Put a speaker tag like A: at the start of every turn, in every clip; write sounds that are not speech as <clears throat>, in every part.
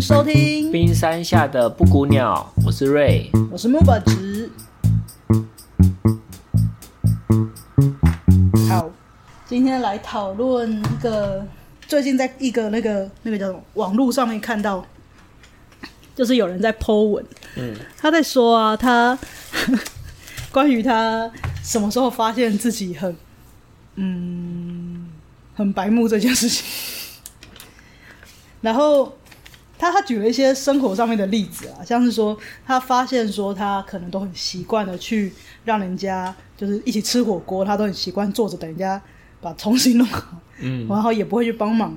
A: 收听，
B: 冰山下的布谷鸟，我是瑞。
A: 我是木本直。好，今天来讨论一个最近在一个那个那个叫什么网络上面看到，就是有人在 Po 文，
B: 嗯，
A: 他在说啊，他 <laughs> 关于他什么时候发现自己很嗯很白目这件事情，然后他他举了一些生活上面的例子啊，像是说他发现说他可能都很习惯的去让人家就是一起吃火锅，他都很习惯坐着等人家把重新弄好，
B: 嗯
A: 然后也不会去帮忙，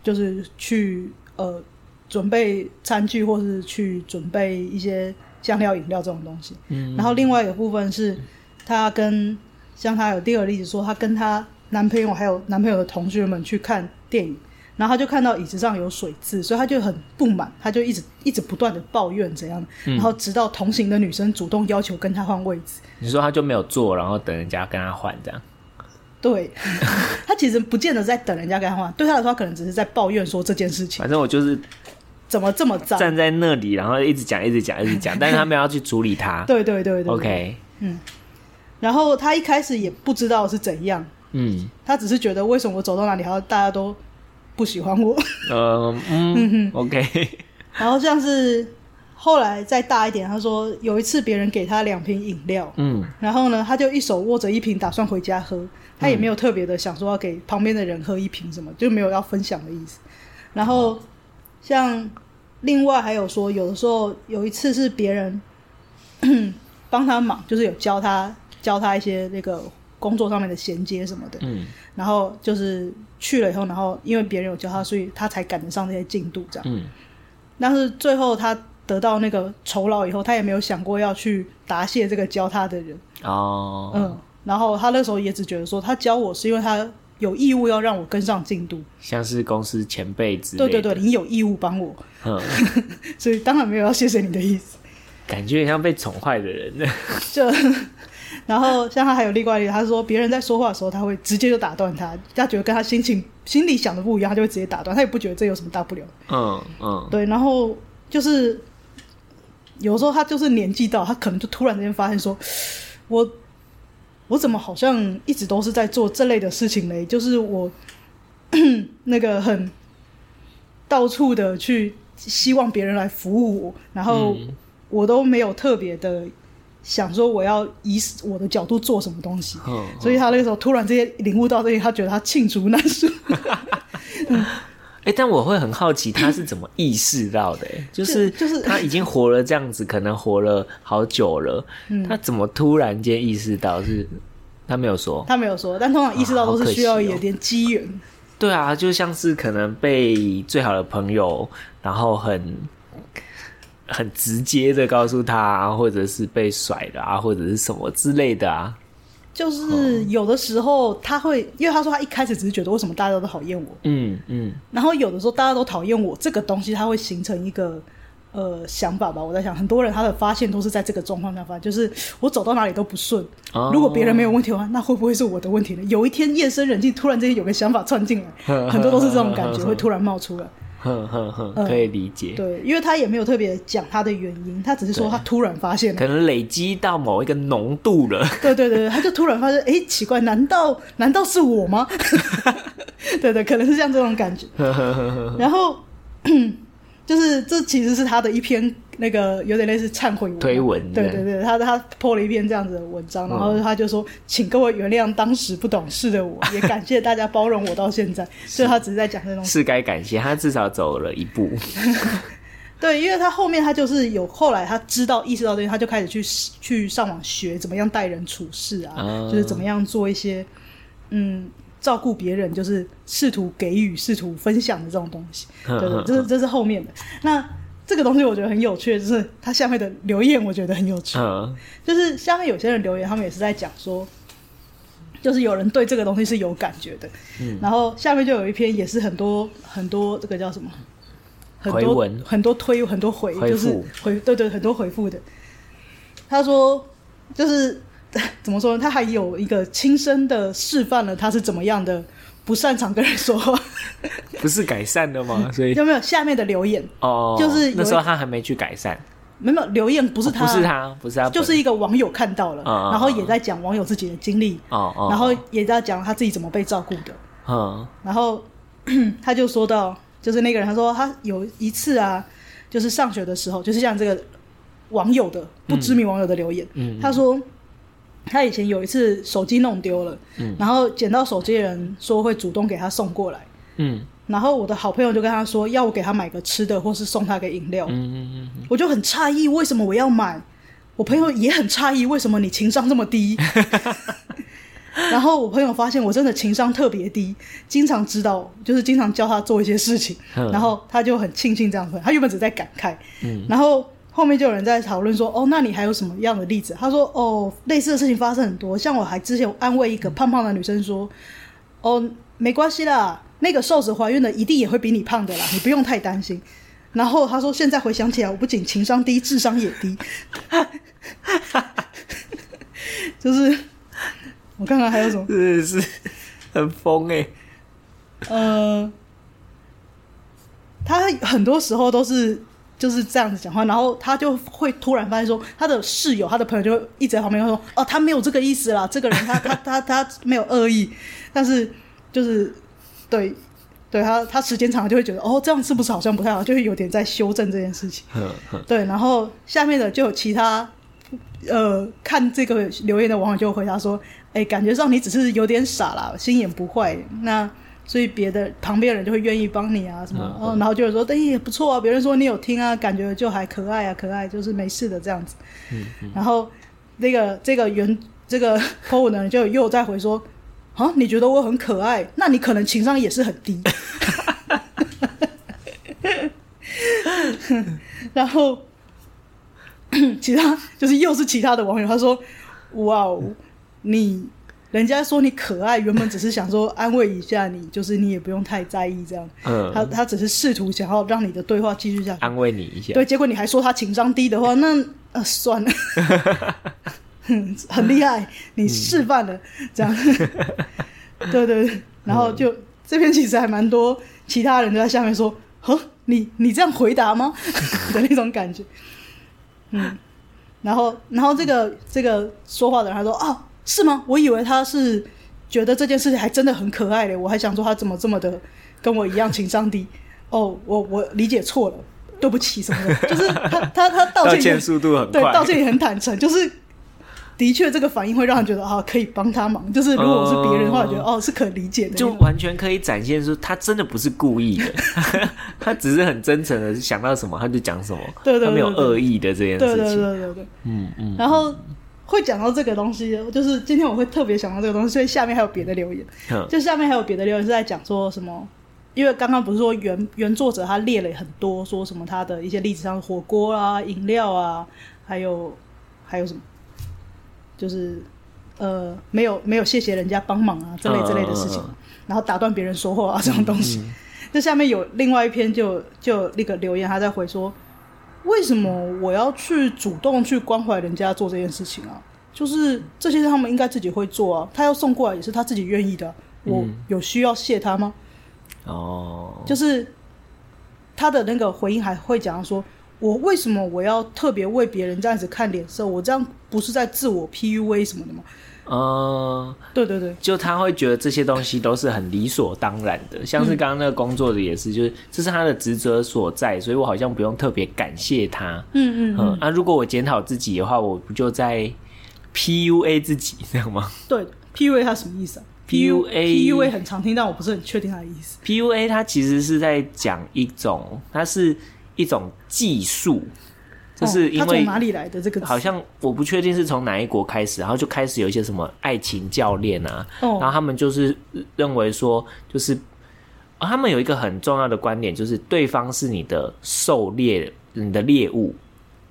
A: 就是去呃准备餐具或是去准备一些香料、饮料这种东西。
B: 嗯
A: 然后另外一个部分是，她跟像她有第二个例子说，她跟她男朋友还有男朋友的同学们去看电影，然后她就看到椅子上有水渍，所以她就很不满，她就一直一直不断的抱怨怎样，
B: 嗯
A: 然后直到同行的女生主动要求跟她换位置，
B: 你说他就没有做，然后等人家跟他换这样。
A: 对 <laughs> 她其实不见得在等人家跟她换，对她来说，她可能只是在抱怨说这件事情
B: 反正我就是
A: 怎么这么脏，
B: 站在那里，然后一直讲，一直讲，一直 <laughs> 讲，但是他们要去处理他。
A: 对对对对对
B: OK，
A: 然后她一开始也不知道是怎样，
B: 嗯，
A: 她只是觉得为什么我走到哪里，好像大家都不喜欢我。 <laughs>
B: 呃，嗯，OK， <laughs>
A: 然后像是后来再大一点，他说有一次别人给他两瓶饮料，
B: 嗯
A: 然后呢，他就一手握着一瓶，打算回家喝，他也没有特别的想说要给旁边的人喝一瓶什么，就没有要分享的意思。然后像另外还有说，有的时候有一次是别人 <clears throat> 帮他忙，就是有教他教他一些那个工作上面的衔接什么的，
B: 嗯
A: 然后就是去了以后，然后因为别人有教他，所以他才赶得上那些进度这样。
B: 嗯
A: 但是最后他得到那个酬劳以后，他也没有想过要去答谢这个教他的人，
B: 哦，
A: 嗯，然后他那时候也只觉得说，他教我是因为他有义务要让我跟上进度，
B: 像是公司前辈之类
A: 对
B: 的。
A: 对对，你有义务帮我，
B: 嗯，
A: 所以当然没有要谢谢你的意思。
B: <laughs> 感觉像被宠坏的人。
A: 就然后像他还有另外一个，他说别人在说话的时候，他会直接就打断他，他觉得跟他心情心里想的不一样，他就会直接打断，他也不觉得这有什么大不了。
B: <laughs> 嗯嗯，
A: 对，然后就是有时候他就是年纪到，他可能就突然之间发现说，我我怎么好像一直都是在做这类的事情嘞？就是我 <clears throat> 那个很到处的去希望别人来服务我，然后
B: 嗯
A: 我都没有特别的想说我要以我的角度做什么东
B: <laughs>
A: 西。
B: 嗯
A: 所以他那个时候突然之间领悟到这些，他觉得他罄竹难书。
B: 哎、但我会很好奇他是怎么意识到的、欸，就是
A: 就是
B: 他已经活了这样子，可能活了好久了，
A: 嗯
B: 他怎么突然间意识到是？他没有说，
A: <laughs> 他没有说，但通常意识到都是需要有点机缘。
B: 对啊，就像是可能被最好的朋友，然后很很直接的告诉他、啊或者是被甩的啊，或者是什么之类的啊，
A: 就是有的时候他会，因为他说他一开始只是觉得为什么大家都讨厌我，
B: 嗯嗯
A: 然后有的时候大家都讨厌我这个东西，他会形成一个呃想法吧。我在想，很多人他的发现都是在这个状况下发现，就是我走到哪里都不顺。
B: 哦
A: 如果别人没有问题的话，那会不会是我的问题呢？有一天夜深人静，突然之间有个想法窜进来，很多都是这种感觉会突然冒出来。
B: 哼哼哼，可以理解，
A: 嗯对，因为他也没有特别讲他的原因，他只是说他突然发现了
B: 可能累积到某一个浓
A: <laughs>
B: 度了，
A: 对对对，他就突然发现，哎，奇怪，难道难道是我吗？ <laughs> 对对，可能是像这种感觉。然后 <clears throat> 就是这其实是他的一篇那个有点类似忏悔文啊
B: 推文
A: 对对对，他他 po 了一篇这样子的文章，然后他就说，请各位原谅当时不懂事的我，也感谢大家包容我到现在。所以他只是在讲这种
B: 是该感谢他，至少走了一
A: <laughs>
B: 步。
A: 对，因为他后面他就是有后来他知道意识到这些，他就开始去去上网学怎么样待人处事啊，就
B: 啊
A: 是怎么样做一些嗯照顾别人，就是试图给予、试图分享的这种东西。对对，这是这是后面的。那这个东西我觉得很有趣，就是他下面的留言我觉得很有趣，
B: 嗯
A: 就是下面有些人留言，他们也是在讲说。就是有人对这个东西是有感觉的，
B: 嗯
A: 然后下面就有一篇也是很多很多这个叫什么，很
B: 回
A: 多
B: 文
A: 很多推很多回，
B: 回复
A: 就是回对对很多回复的。他说 <laughs> 就是怎么说呢？他还有一个亲身的示范了他是怎么样的不擅长跟人说话，
B: <laughs> 不是改善的
A: <laughs>
B: 吗？所以
A: 有没有下面的留言？
B: 哦，
A: 就是有一
B: 那时候他还没去改善，哦
A: 没有留言不是他，
B: 不是，他，不是他本人，
A: 就是一个网友看到了，
B: 嗯嗯
A: 然后也在讲网友自己的经历，
B: 哦哦，
A: 然后也在讲他自己怎么被照顾的。
B: 嗯
A: 然后 <clears throat> 他就说到，就是那个人，他说他有一次啊，就是上学的时候，就是像这个网友的不知名网友的留言，
B: 嗯
A: 他说他以前有一次手机弄丢了，
B: 嗯
A: 然后捡到手机的人说会主动给他送过来，
B: 嗯
A: 然后我的好朋友就跟他说要我给他买个吃的，或是送他个饮料，
B: 嗯嗯嗯，
A: 我就很诧异为什么我要买，我朋友也很诧异为什么你情商这么低。然后我朋友发现我真的情商特别低，经常指导，就是经常教他做一些事情，
B: 嗯
A: 然后他就很庆幸这样分。他原本只在感慨，
B: 嗯
A: 然后后面就有人在讨论说，哦，那你还有什么样的例子？他说，哦，类似的事情发生很多，像我还之前安慰一个胖胖的女生说，哦，没关系啦，那个瘦子怀孕了，一定也会比你胖的啦，你不用太担心。然后他说，现在回想起来，我不仅情商低，智商也低，就是我看看还有什么，
B: 真的是很疯
A: 欸
B: 哎，
A: 呃，他很多时候都是就是这样子讲话，然后他就会突然发现说，他的室友、他的朋友就会一直在旁边说：“哦，他没有这个意思啦，这个人他他他他没有恶意。”但是就是对对他他时间长了就会觉得哦，这样是不是好像不太好，就会有点在修正这件事情。
B: <laughs> 哼哼
A: 对，然后下面的就有其他呃看这个留言的网友就回答说：“哎，感觉上你只是有点傻啦，心眼不坏。那所以别的旁边的人就会愿意帮你啊，什么，
B: 嗯
A: 哦，然后就有说，哎，也不错啊，别人说你有听啊，感觉就还可爱啊，可爱就是没事的这样子。
B: 嗯
A: 然后那个这个原这个 <laughs> po 文的人就又再回说。”啊，你觉得我很可爱？那你可能情商也是很低。然后 <clears throat> 其他就是又是其他的网友，他说：“哇哦，你人家说你可爱，原本只是想说安慰一下你，就是你也不用太在意这样。他
B: 嗯，
A: 他只是试图想要让你的对话继续下去，
B: 安慰你一下，
A: 对，结果你还说他情商低的话，那呃算了，哼很厉害，你示范了、这样，对对对，然后就、这边其实还蛮多其他人就在下面说，呵，你你这样回答吗 <laughs> 的那种感觉，嗯，然后然后这个这个说话的人他说哦是吗？我以为他是觉得这件事情还真的很可爱嘞，我还想说他怎么这么的跟我一样情商低，哦我我理解错了。对不起什么的， <laughs> 就是他他他道
B: 道
A: 歉也
B: 歉速度很
A: 对
B: 快，
A: 道歉也很坦诚，就是的确这个反应会让人觉得啊可以帮他忙，就是如果我是别人的话，
B: 嗯
A: 我觉得哦是可理解的那
B: 就
A: 种，
B: 完全可以展现出他真的不是故意
A: <laughs>
B: 的，他只是很真诚的想到什么他就讲什么，
A: 对对对
B: 他没有恶意的这件
A: 对对
B: 事
A: 对
B: 情。
A: 对对对。
B: 嗯嗯，
A: 然后会讲到这个东西，就是今天我会特别想到这个东西，所以下面还有别的留言，
B: 哼
A: 就下面还有别的留言是在讲说什么。因为刚刚不是说原原作者他列了很多，说什么他的一些例子，像火锅啊、饮料啊，还有还有什么，就是呃没有没有谢谢人家帮忙啊这类这类的事情，
B: 嗯嗯嗯
A: 然后打断别人说话啊这种东西。这下面有另外一篇就就有那个留言他在回说，为什么我要去主动去关怀人家做这件事情啊？就是这些他们应该自己会做啊，他要送过来也是他自己愿意的啊，我
B: 嗯
A: 有需要谢他吗？
B: 哦，
A: 就是他的那个回应还会讲到说，我为什么我要特别为别人这样子看脸色？我这样不是在自我 PUA 什么的吗？
B: 嗯，
A: 对对对，
B: 就他会觉得这些东西都是很理所当然的，像
A: 嗯
B: 是刚刚那个工作的也是，就是这是他的职责所在，所以我好像不用特别感谢他。
A: 嗯嗯
B: 嗯，那、如果我检讨自己的话，我不就在 PUA 自己，这样吗 <laughs>
A: 对，PUA 它什么意思啊
B: PUA
A: PUA 很常听，但我不是很确定它的意思。
B: ？PUA 它其实是在讲一种，它是一种技术，就是
A: 哦
B: 因
A: 它
B: 为
A: 从哪里来的这个词？
B: 好像我不确定是从哪一国开始，然后就开始有一些什么爱情教练啊，
A: 哦
B: 然后他们就是认为说，就是、啊他们有一个很重要的观点，就是对方是你的狩猎，你的猎物，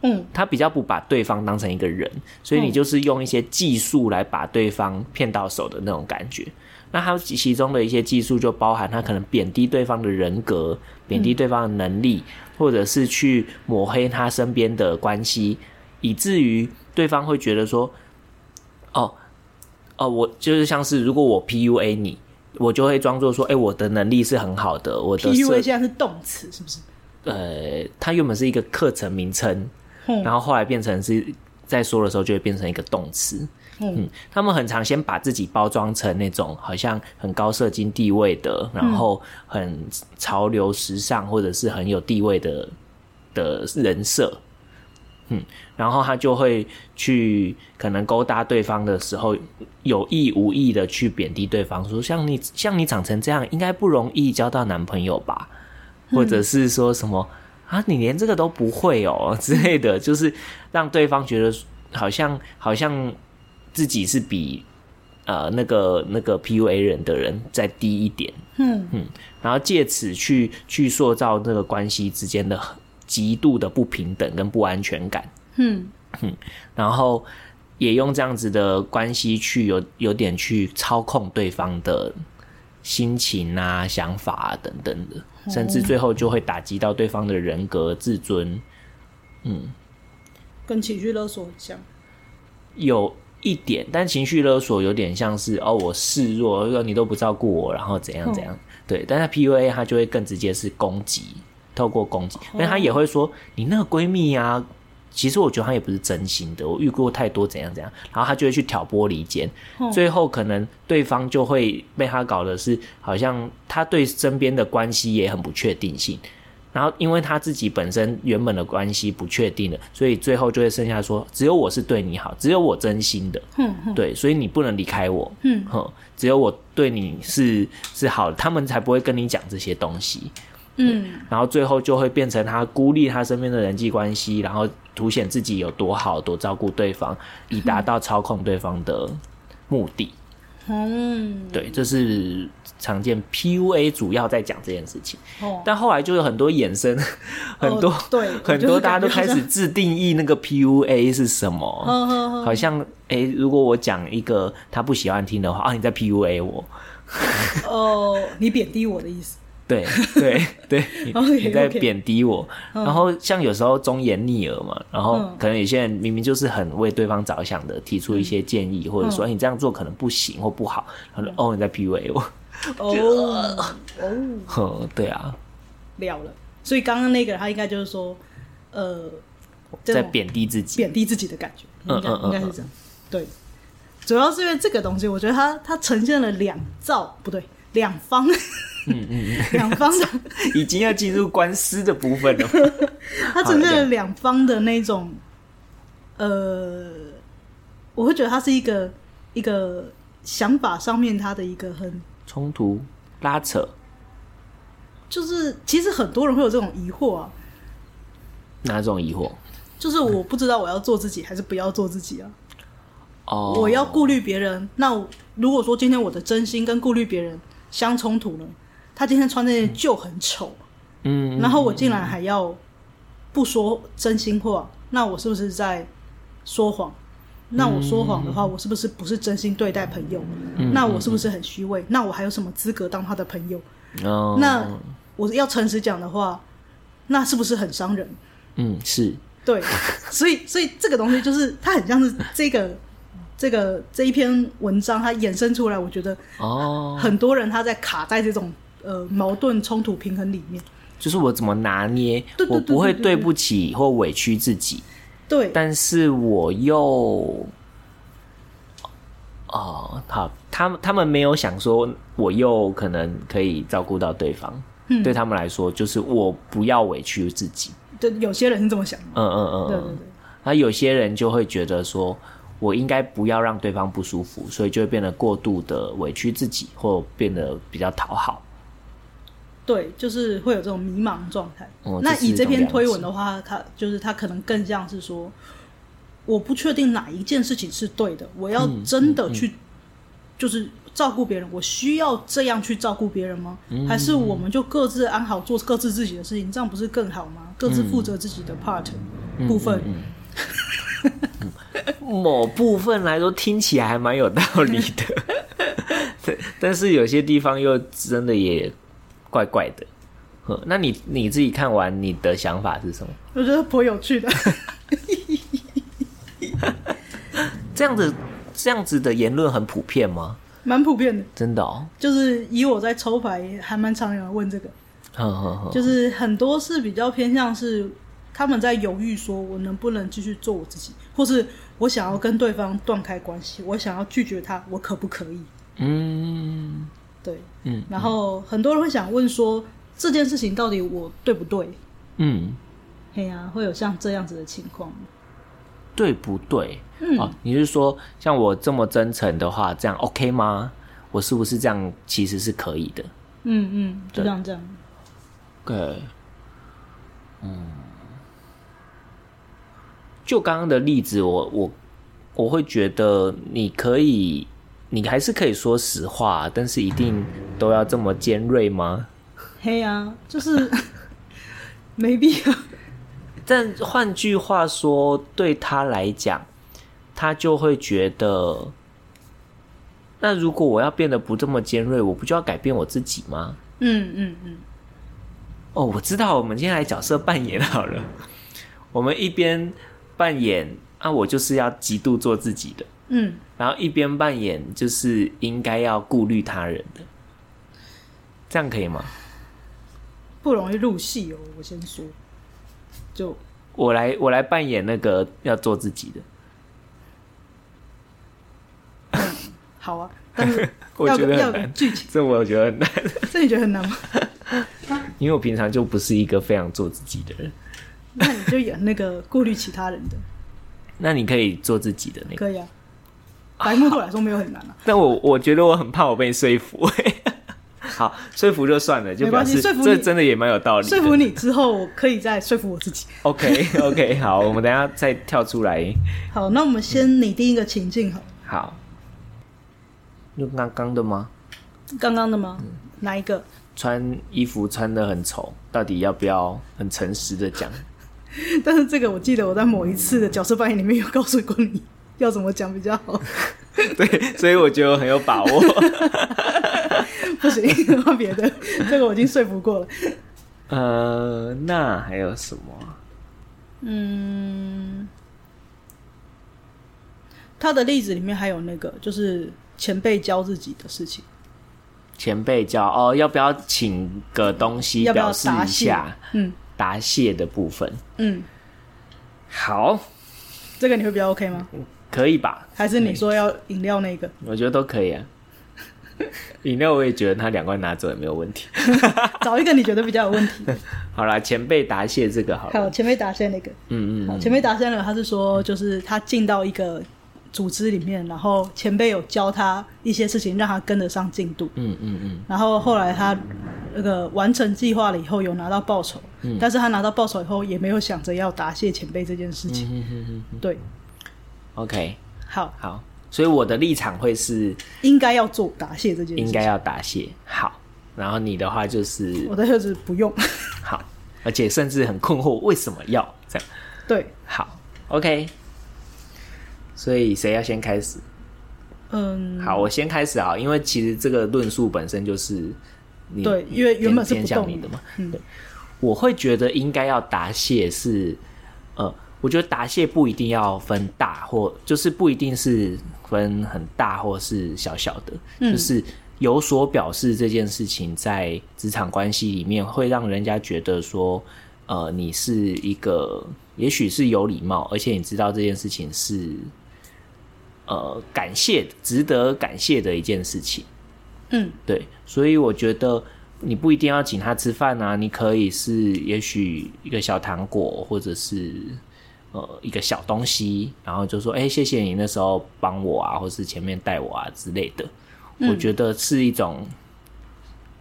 A: 嗯
B: 他比较不把对方当成一个人，所以你
A: 嗯
B: 就是用一些技术来把对方骗到手的那种感觉。那他其其中的一些技术就包含他可能贬低对方的人格，贬低对方的能力，或者是去抹黑他身边的关系，以至于对方会觉得说，哦哦，我就是像是如果我 PUA 你，我就会装作说，哎、我的能力是很好的，我的社
A: ？PUA 现在是动词，是不是？
B: 呃，它原本是一个课程名称，
A: 嗯
B: 然后后来变成是在说的时候就会变成一个动词。
A: 嗯
B: 嗯，他们很常先把自己包装成那种好像很高社经地位的，然后很潮流时尚或者是很有地位的的人设。嗯，然后他就会去可能勾搭对方的时候，有意无意的去贬低对方，说像你像你长成这样，应该不容易交到男朋友吧？或者是说什么啊，你连这个都不会哦 <laughs> 之类的，就是让对方觉得好像好像自己是比呃那个那个 PUA 人的人再低一点，
A: 嗯
B: 嗯，然后借此去去塑造那个关系之间的极度的不平等跟不安全感，
A: 嗯
B: 然后也用这样子的关系去有有点去操控对方的心情啊、想法啊等等的，甚至最后就会打击到对方的人格、自尊，
A: 跟情绪勒索很像。
B: 有一点，但情绪勒索有点像是哦，我示弱，说你都不照顾我，然后怎样怎样。对，但是 PUA 他就会更直接是攻击，透过攻击，但他也会说你那个闺蜜啊。其实我觉得她也不是真心的，我遇过太多怎样怎样，然后她就会去挑拨离间，最后可能对方就会被他搞的是，好像他对身边的关系也很不确定性，然后因为他自己本身原本的关系不确定了，所以最后就会剩下说，只有我是对你好，只有我真心的，
A: 哼哼
B: 对，所以你不能离开我，
A: 嗯
B: 哼，只有我对你是是好的，他们才不会跟你讲这些东西，
A: 嗯
B: 然后最后就会变成他孤立他身边的人际关系，然后凸显自己有多好，多照顾对方，以达到操控对方的目的。
A: 嗯
B: 对，这是常见 PUA 主要在讲这件事情，
A: 哦，
B: 但后来就有很多衍生，很多、
A: 对
B: <laughs> 很多大家都开始
A: 嗯
B: 自定义那个 PUA 是什
A: <laughs>
B: 么。
A: 嗯嗯，
B: 好像诶、如果我讲一个他不喜欢听的话，啊，你在 PUA 我，
A: 哦，你贬低我的意思。
B: 对对
A: <laughs>
B: 对，你
A: OK，
B: 你在
A: OK
B: 贬低我。然后像有时候忠言逆耳嘛，然后
A: 嗯
B: 可能有些人明明就是很为对方着想的，提出一些建议，或者
A: 嗯
B: 说、哎你这样做可能不行或不好，然后说哦你在 PUA 我， <laughs>
A: 哦
B: 呃
A: 哦，
B: 哼，对啊，
A: 了了。所以刚刚那个他应该就是说，呃，这
B: 在
A: 种
B: 贬低自
A: <laughs>
B: 己，
A: 贬低自己的感觉，应该
B: 嗯嗯嗯
A: 应该是这样。对，主要是因为这个东西，我觉得它它呈现了两造，不对，两方，
B: 嗯
A: <laughs> 两方
B: <laughs>
A: 的，
B: 已经要进入官司的部分了。
A: 它呈现了两方的那种，呃，我会觉得它是一个一个想法上面它的一个很，
B: 冲突、拉扯，
A: 就是其实很多人会有这种疑惑啊，
B: 哪种疑惑？
A: 就是我不知道我要做自己还是不要做自己啊。
B: 哦，
A: 我要顾虑别人。那我如果说今天我的真心跟顾虑别人相冲突了，他今天穿这件就很丑，
B: 嗯，
A: 然后我竟然还要不说真心话，那我是不是在说谎？那我说谎的话，我是不是不是真心对待朋友？
B: 嗯
A: 那我是不是很虚伪？那我还有什么资格当他的朋友？
B: 哦
A: 那我要诚实讲的话，那是不是很伤人？
B: 嗯是 <laughs>
A: 对，所以所以这个东西就是它很像是这个这个这一篇文章它衍生出来，我觉得
B: 哦，
A: 很多人他在卡在这种呃矛盾冲突平衡里面。
B: 就是我怎么拿捏，
A: 对对对
B: 我不会
A: 对对
B: 对
A: 对
B: 不起或委屈自己，
A: 对，
B: 但是我又。哦，好，他们他们没有想说，我又可能可以照顾到对方，
A: 嗯
B: 对他们来说，就是我不要委屈自己，
A: 对，有些人是这么想的。
B: 嗯嗯嗯，
A: 对对
B: 嗯
A: 对，
B: 那有些人就会觉得说，我应该不要让对方不舒服，所以就会变得过度的委屈自己，或变得比较讨好。
A: 对，就是会有这种迷茫的状态。
B: 哦
A: 那
B: 这是一
A: 以这
B: 种
A: 篇
B: 良
A: 推
B: 知
A: 文的话，它就是它可能更像是说，我不确定哪一件事情是对的，我要真的
B: 嗯
A: 去，就是照顾别人，我需要这样去照顾别人吗？
B: 嗯
A: 还是我们就各自安好，做各自自己的事情，这样不是更好吗？各自负责自己的
B: 嗯
A: part、部分。
B: 某部分来说，听起来还蛮有道理的，
A: <laughs>
B: 对但是有些地方又真的也怪怪的。呵那你你自己看完，你的想法是什么？
A: 我觉得颇有趣的。 <laughs>
B: 这样子这样子的言论很普遍吗？
A: 蛮普遍的。
B: 真的哦，
A: 就是以我在抽牌，还蛮常有人问这个，
B: 呵呵呵，
A: 就是很多是比较偏向是他们在犹豫，说我能不能继续做我自己，或是我想要跟对方断开关系，我想要拒绝他，我可不可以？
B: 嗯
A: 对，
B: 嗯
A: 然后很多人会想问说这件事情到底我对不对？
B: 嗯，
A: 嘿呀、会有像这样子的情况吗？
B: 对不对？
A: 嗯
B: 哦，你是说像我这么真诚的话，这样 OK 吗？我是不是这样其实是可以的？
A: 嗯嗯，就这样这样。
B: 对，嗯，就刚刚的例子，我我我会觉得你可以，你还是可以说实话，但是一定都要这么尖锐吗？
A: 嘿呀、就是 <laughs> 没必要。
B: 但换句话说，对他来讲，他就会觉得，那如果我要变得不这么尖锐，我不就要改变我自己吗？
A: 嗯嗯嗯，
B: 哦，我知道，我们今天来角色扮演好了。 <laughs> 我们一边扮演啊，我就是要极度做自己的，
A: 嗯，
B: 然后一边扮演就是应该要顾虑他人的，这样可以吗？
A: 不容易入戏哦。我先说，就
B: 我来，我来扮演那个要做自己的，
A: 好啊，但是
B: <laughs> 我
A: 要
B: 觉
A: 个
B: 得
A: 要
B: 很
A: 个
B: 难，
A: 剧情，
B: 这我觉得很难， <laughs>
A: <laughs> 这你觉得很难吗？
B: 因为我平常就不是一个非常做自己的人。
A: 那你就演那个顾虑其他人
B: <laughs>
A: 的，
B: 那你可以做自己的那个，
A: 可以啊。白目对我来说没有很难啊，
B: <laughs> 但我我觉得我很怕我被说服。 <laughs> 好，说服就算了，就
A: 没
B: 表
A: 关系
B: 示
A: 说服
B: 这
A: 你
B: 真的也蛮有道理的。
A: 说服你之后，我可以再说服我自己。
B: OK <laughs> OK，好，我们等一下再跳出来。
A: 好，那我们先拟定一个情境好了，
B: 好，就刚刚的吗？
A: 刚刚的
B: 嗯
A: 吗？哪一个？ <laughs>
B: 穿衣服穿的很丑，到底要不要很诚实的讲？
A: 但是这个我记得我在某一次的角色扮演里面有告诉过你要怎么讲比较好，<laughs>
B: <laughs> 对，所以我觉得我很有把握。
A: 不行，换别的， <laughs> 这个我已经说服过了。
B: <laughs> 呃，那还有什么？
A: 嗯，他的例子里面还有那个就是前辈教自己的事情，
B: 前辈教哦，要不要请个东西
A: 要不要
B: 表示
A: 答
B: 一
A: 谢
B: 下？
A: 嗯
B: 答谢的部分？
A: 嗯，
B: 好，
A: 这个你会比较 OK 吗？
B: 可以吧？
A: 还是你说要饮料那个？
B: 我觉得都可以啊。 <laughs> 饮料我也觉得他两罐拿走也没有问题。
A: 找一个你觉得比较有问题。
B: 好啦，前辈答谢这个好了。
A: <laughs> 好，前辈答谢那个，
B: 嗯嗯
A: 好，
B: 嗯，
A: 前辈答谢那个，他是说就是他进到一个组织里面，然后前辈有教他一些事情，让他跟得上进度。
B: 嗯嗯嗯，
A: 然后后来他那个完成计划了以后，有拿到报酬，
B: 嗯
A: 但是他拿到报酬以后，也没有想着要答谢前辈这件事情。
B: 嗯
A: 对，
B: OK，
A: 好，
B: 好，所以我的立场会是
A: 应该要做答谢这件事情。
B: 应该要答谢，好，然后你的话就是
A: 我的就是不
B: <laughs>
A: 用。
B: 好，而且甚至很困惑为什么要这样，
A: 对，
B: 好，OK，所以谁要先开始？
A: 嗯，
B: 好，我先开始啊，因为其实这个论述本身就是你
A: 对因为原本是
B: 偏
A: 不
B: 向
A: 动
B: 你
A: 的
B: 的嘛，
A: 嗯
B: 对，我会觉得应该要答谢是，呃，我觉得答谢不一定要分大或，就是不一定是分很大或是小小的，
A: 嗯
B: 就是有所表示这件事情在职场关系里面会让人家觉得说，呃，你是一个也许是有礼貌，而且你知道这件事情是。呃，感谢值得感谢的一件事情，
A: 嗯
B: 对，所以我觉得你不一定要请他吃饭啊，你可以是也许一个小糖果，或者是呃一个小东西，然后就说哎、谢谢你那时候帮我啊，或是前面带我啊之类的。
A: 嗯
B: 我觉得是一种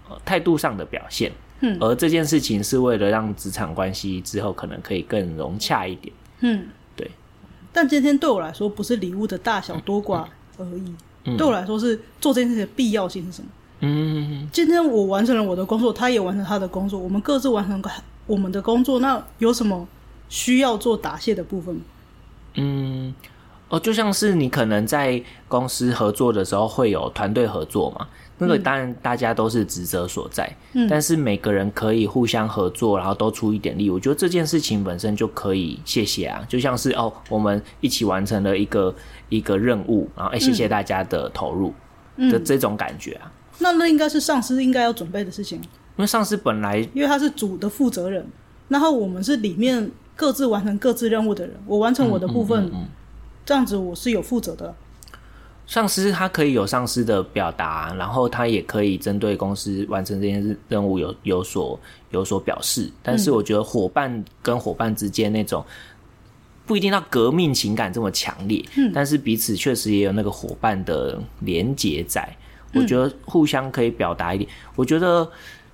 B: 呃态度上的表现，
A: 嗯
B: 而这件事情是为了让职场关系之后可能可以更融洽一点。
A: 嗯，
B: 对，
A: 但今天对我来说，不是礼物的大小多寡而已，对我来说是做这件事的必要性是什么。
B: 嗯，
A: 今天我完成了我的工作，他也完成他的工作，我们各自完成我们的工作，那有什么需要做答谢的部分吗？
B: 嗯，哦，就像是你可能在公司合作的时候会有团队合作嘛，那个当然大家都是职责所在，
A: 嗯
B: 但是每个人可以互相合作，然后都出一点力，我觉得这件事情本身就可以谢谢啊，就像是哦，我们一起完成了一个一个任务，然后哎、谢谢大家的投入，的这种感觉啊。
A: 那那应该是上司应该要准备的事情，
B: 因为上司本来
A: 因为他是组的负责人，然后我们是里面各自完成各自任务的人，我完成我的部分，这样子我是有负责的。
B: 上司他可以有上司的表达，然后他也可以针对公司完成这件任务有有所有所表示。但是我觉得伙伴跟伙伴之间那种不一定到革命情感这么强烈，但是彼此确实也有那个伙伴的连结在。我觉得互相可以表达一点，我觉得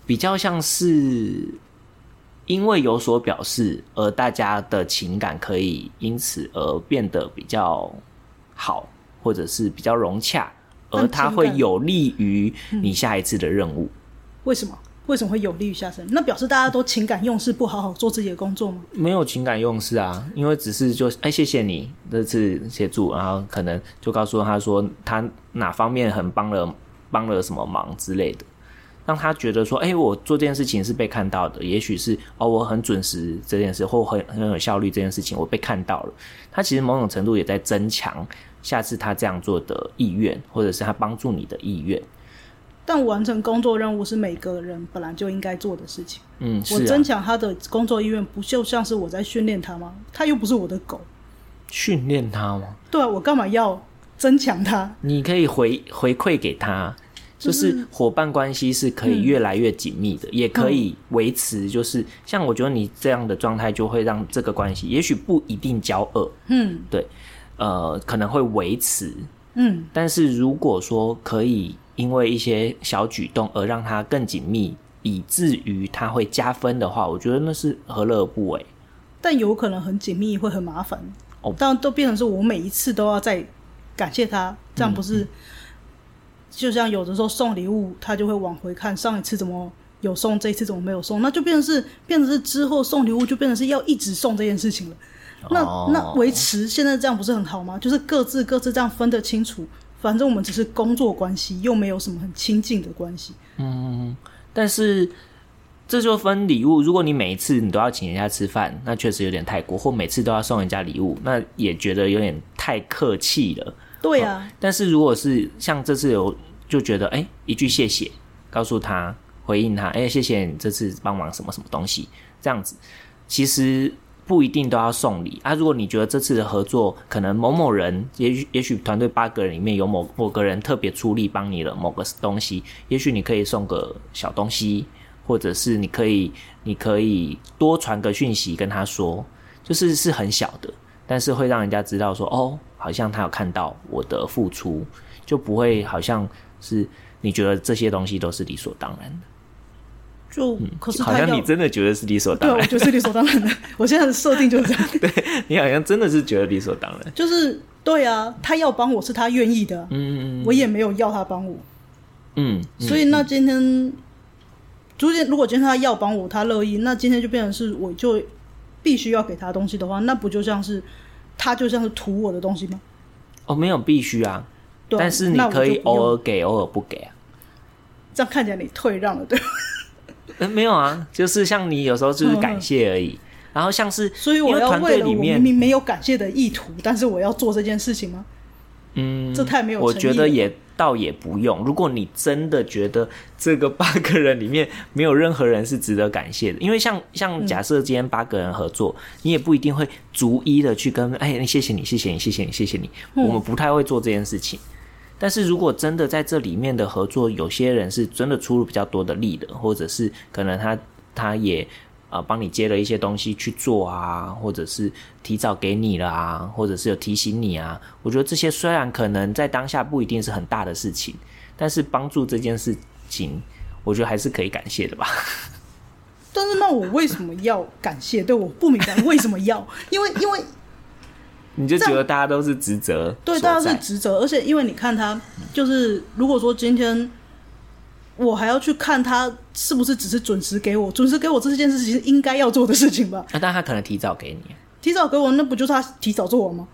B: 比较像是呃因为有所表示，而大家的情感可以因此而变得比较好，或者是比较融洽，而它会有利于你下一次的任务。
A: 为什么？为什么会有利于下层？那表示大家都情感用事，不好好做自己的工作吗？
B: 没有情感用事啊，因为只是就哎谢谢你这次协助，然后可能就告诉他说他哪方面很帮了帮了什么忙之类的，让他觉得说哎我做这件事情是被看到的，也许是哦我很准时这件事或很很有效率这件事情我被看到了，他其实某种程度也在增强下次他这样做的意愿，或者是他帮助你的意愿。
A: 但完成工作任务是每个人本来就应该做的事情。
B: 嗯，
A: 我
B: 是啊
A: 增，强他的工作意愿，不就像是我在训练他吗？他又不是我的狗，
B: 训练他吗？
A: 对啊，我干嘛要增强他？
B: 你可以回回馈给他，就是伙伴关系是可以越来越紧密的，也可以维持。就是像我觉得你这样的状态，就会让这个关系，也许不一定交恶，
A: 嗯
B: 对，呃，可能会维持。
A: 嗯，
B: 但是如果说可以因为一些小举动而让它更紧密，以至于它会加分的话，我觉得那是何乐而不为。
A: 但有可能很紧密，会很麻烦。
B: 哦
A: 当然都变成是我每一次都要再感谢他，这样不
B: 嗯
A: 是？就像有的时候送礼物，他就会往回看上一次怎么有送，这一次怎么没有送，那就变成是变成是之后送礼物就变成是要一直送这件事情了。那
B: 哦
A: 那维持现在这样不是很好吗？就是各自各自这样分得清楚，反正我们只是工作关系，又没有什么很亲近的关系。
B: 但是这就分礼物，如果你每一次你都要请人家吃饭，那确实有点太过；或每次都要送人家礼物，那也觉得有点太客气了。
A: 对啊，
B: 但是如果是像这次有就觉得，哎、一句谢谢，告诉他回应他，哎、谢谢你这次帮忙什么什么东西，这样子，其实不一定都要送礼啊。如果你觉得这次的合作，可能某某人，也许也许团队八个人里面有某某个人特别出力帮你了某个东西，也许你可以送个小东西，或者是你可以你可以多传个讯息跟他说，就是是很小的，但是会让人家知道说，哦，好像他有看到我的付出，就不会好像是你觉得这些东西都是理所当然的，
A: 就可是
B: 嗯好
A: 他要
B: 像你真的觉得是理所
A: 对啊，
B: 当
A: 我
B: 然，
A: 觉得是理所当然的。 <laughs> 我现在的设定就是这样，
B: 你好像真的是觉得理所当然。
A: 就是对啊，他要帮我是他愿意的，
B: 嗯
A: 我也没有要他帮我。
B: 嗯，嗯
A: 所以那今天，逐渐如果今天他要帮我，他乐意，那今天就变成是我就必须要给他东西的话，那不就像是他就像是图我的东西吗？
B: 哦，没有必须啊，
A: 对啊
B: 但是你
A: 那我就
B: 可以哦
A: 不用
B: 偶尔给，偶尔不给啊。
A: 这样看起来你退让了，对吧？
B: 嗯，没有啊，就是像你有时候就是感谢而已。然后像是，
A: 所以
B: 因
A: 我
B: 为
A: 要
B: 团
A: 为
B: 队
A: 了
B: 里
A: 我
B: 面
A: 明明没有感谢的意图，但是我要做这件事情吗？
B: 嗯，
A: 这太没有
B: 我
A: 诚
B: 觉
A: 意
B: 得
A: 了
B: 也倒也不用。如果你真的觉得这个八个人里面没有任何人是值得感谢的，因为像
A: 嗯
B: 像假设今天八个人合作，你也不一定会逐一的去跟哎，谢谢你，谢谢你，谢谢你，谢谢你。
A: 嗯
B: 我们不太会做这件事情。但是如果真的在这里面的合作，有些人是真的出了比较多的力的，或者是可能他他也呃帮你接了一些东西去做啊，或者是提早给你了啊，或者是有提醒你啊。我觉得这些虽然可能在当下不一定是很大的事情，但是帮助这件事情，我觉得还是可以感谢的吧。
A: 但是那我为什么要感谢？对，我不明白为什么要，因为因为
B: 你就
A: 这
B: 觉
A: 样
B: 得大家都是职责
A: 对，
B: 所
A: 大家
B: 在
A: 是职责，而且因为你看他，就是如果说今天我还要去看他是不是只是准时给我，准时给我这件事情是应该要做的事情吧？ <laughs>
B: 啊，但他可能提早给你，啊
A: 提早给我，那不就是他提早做完吗？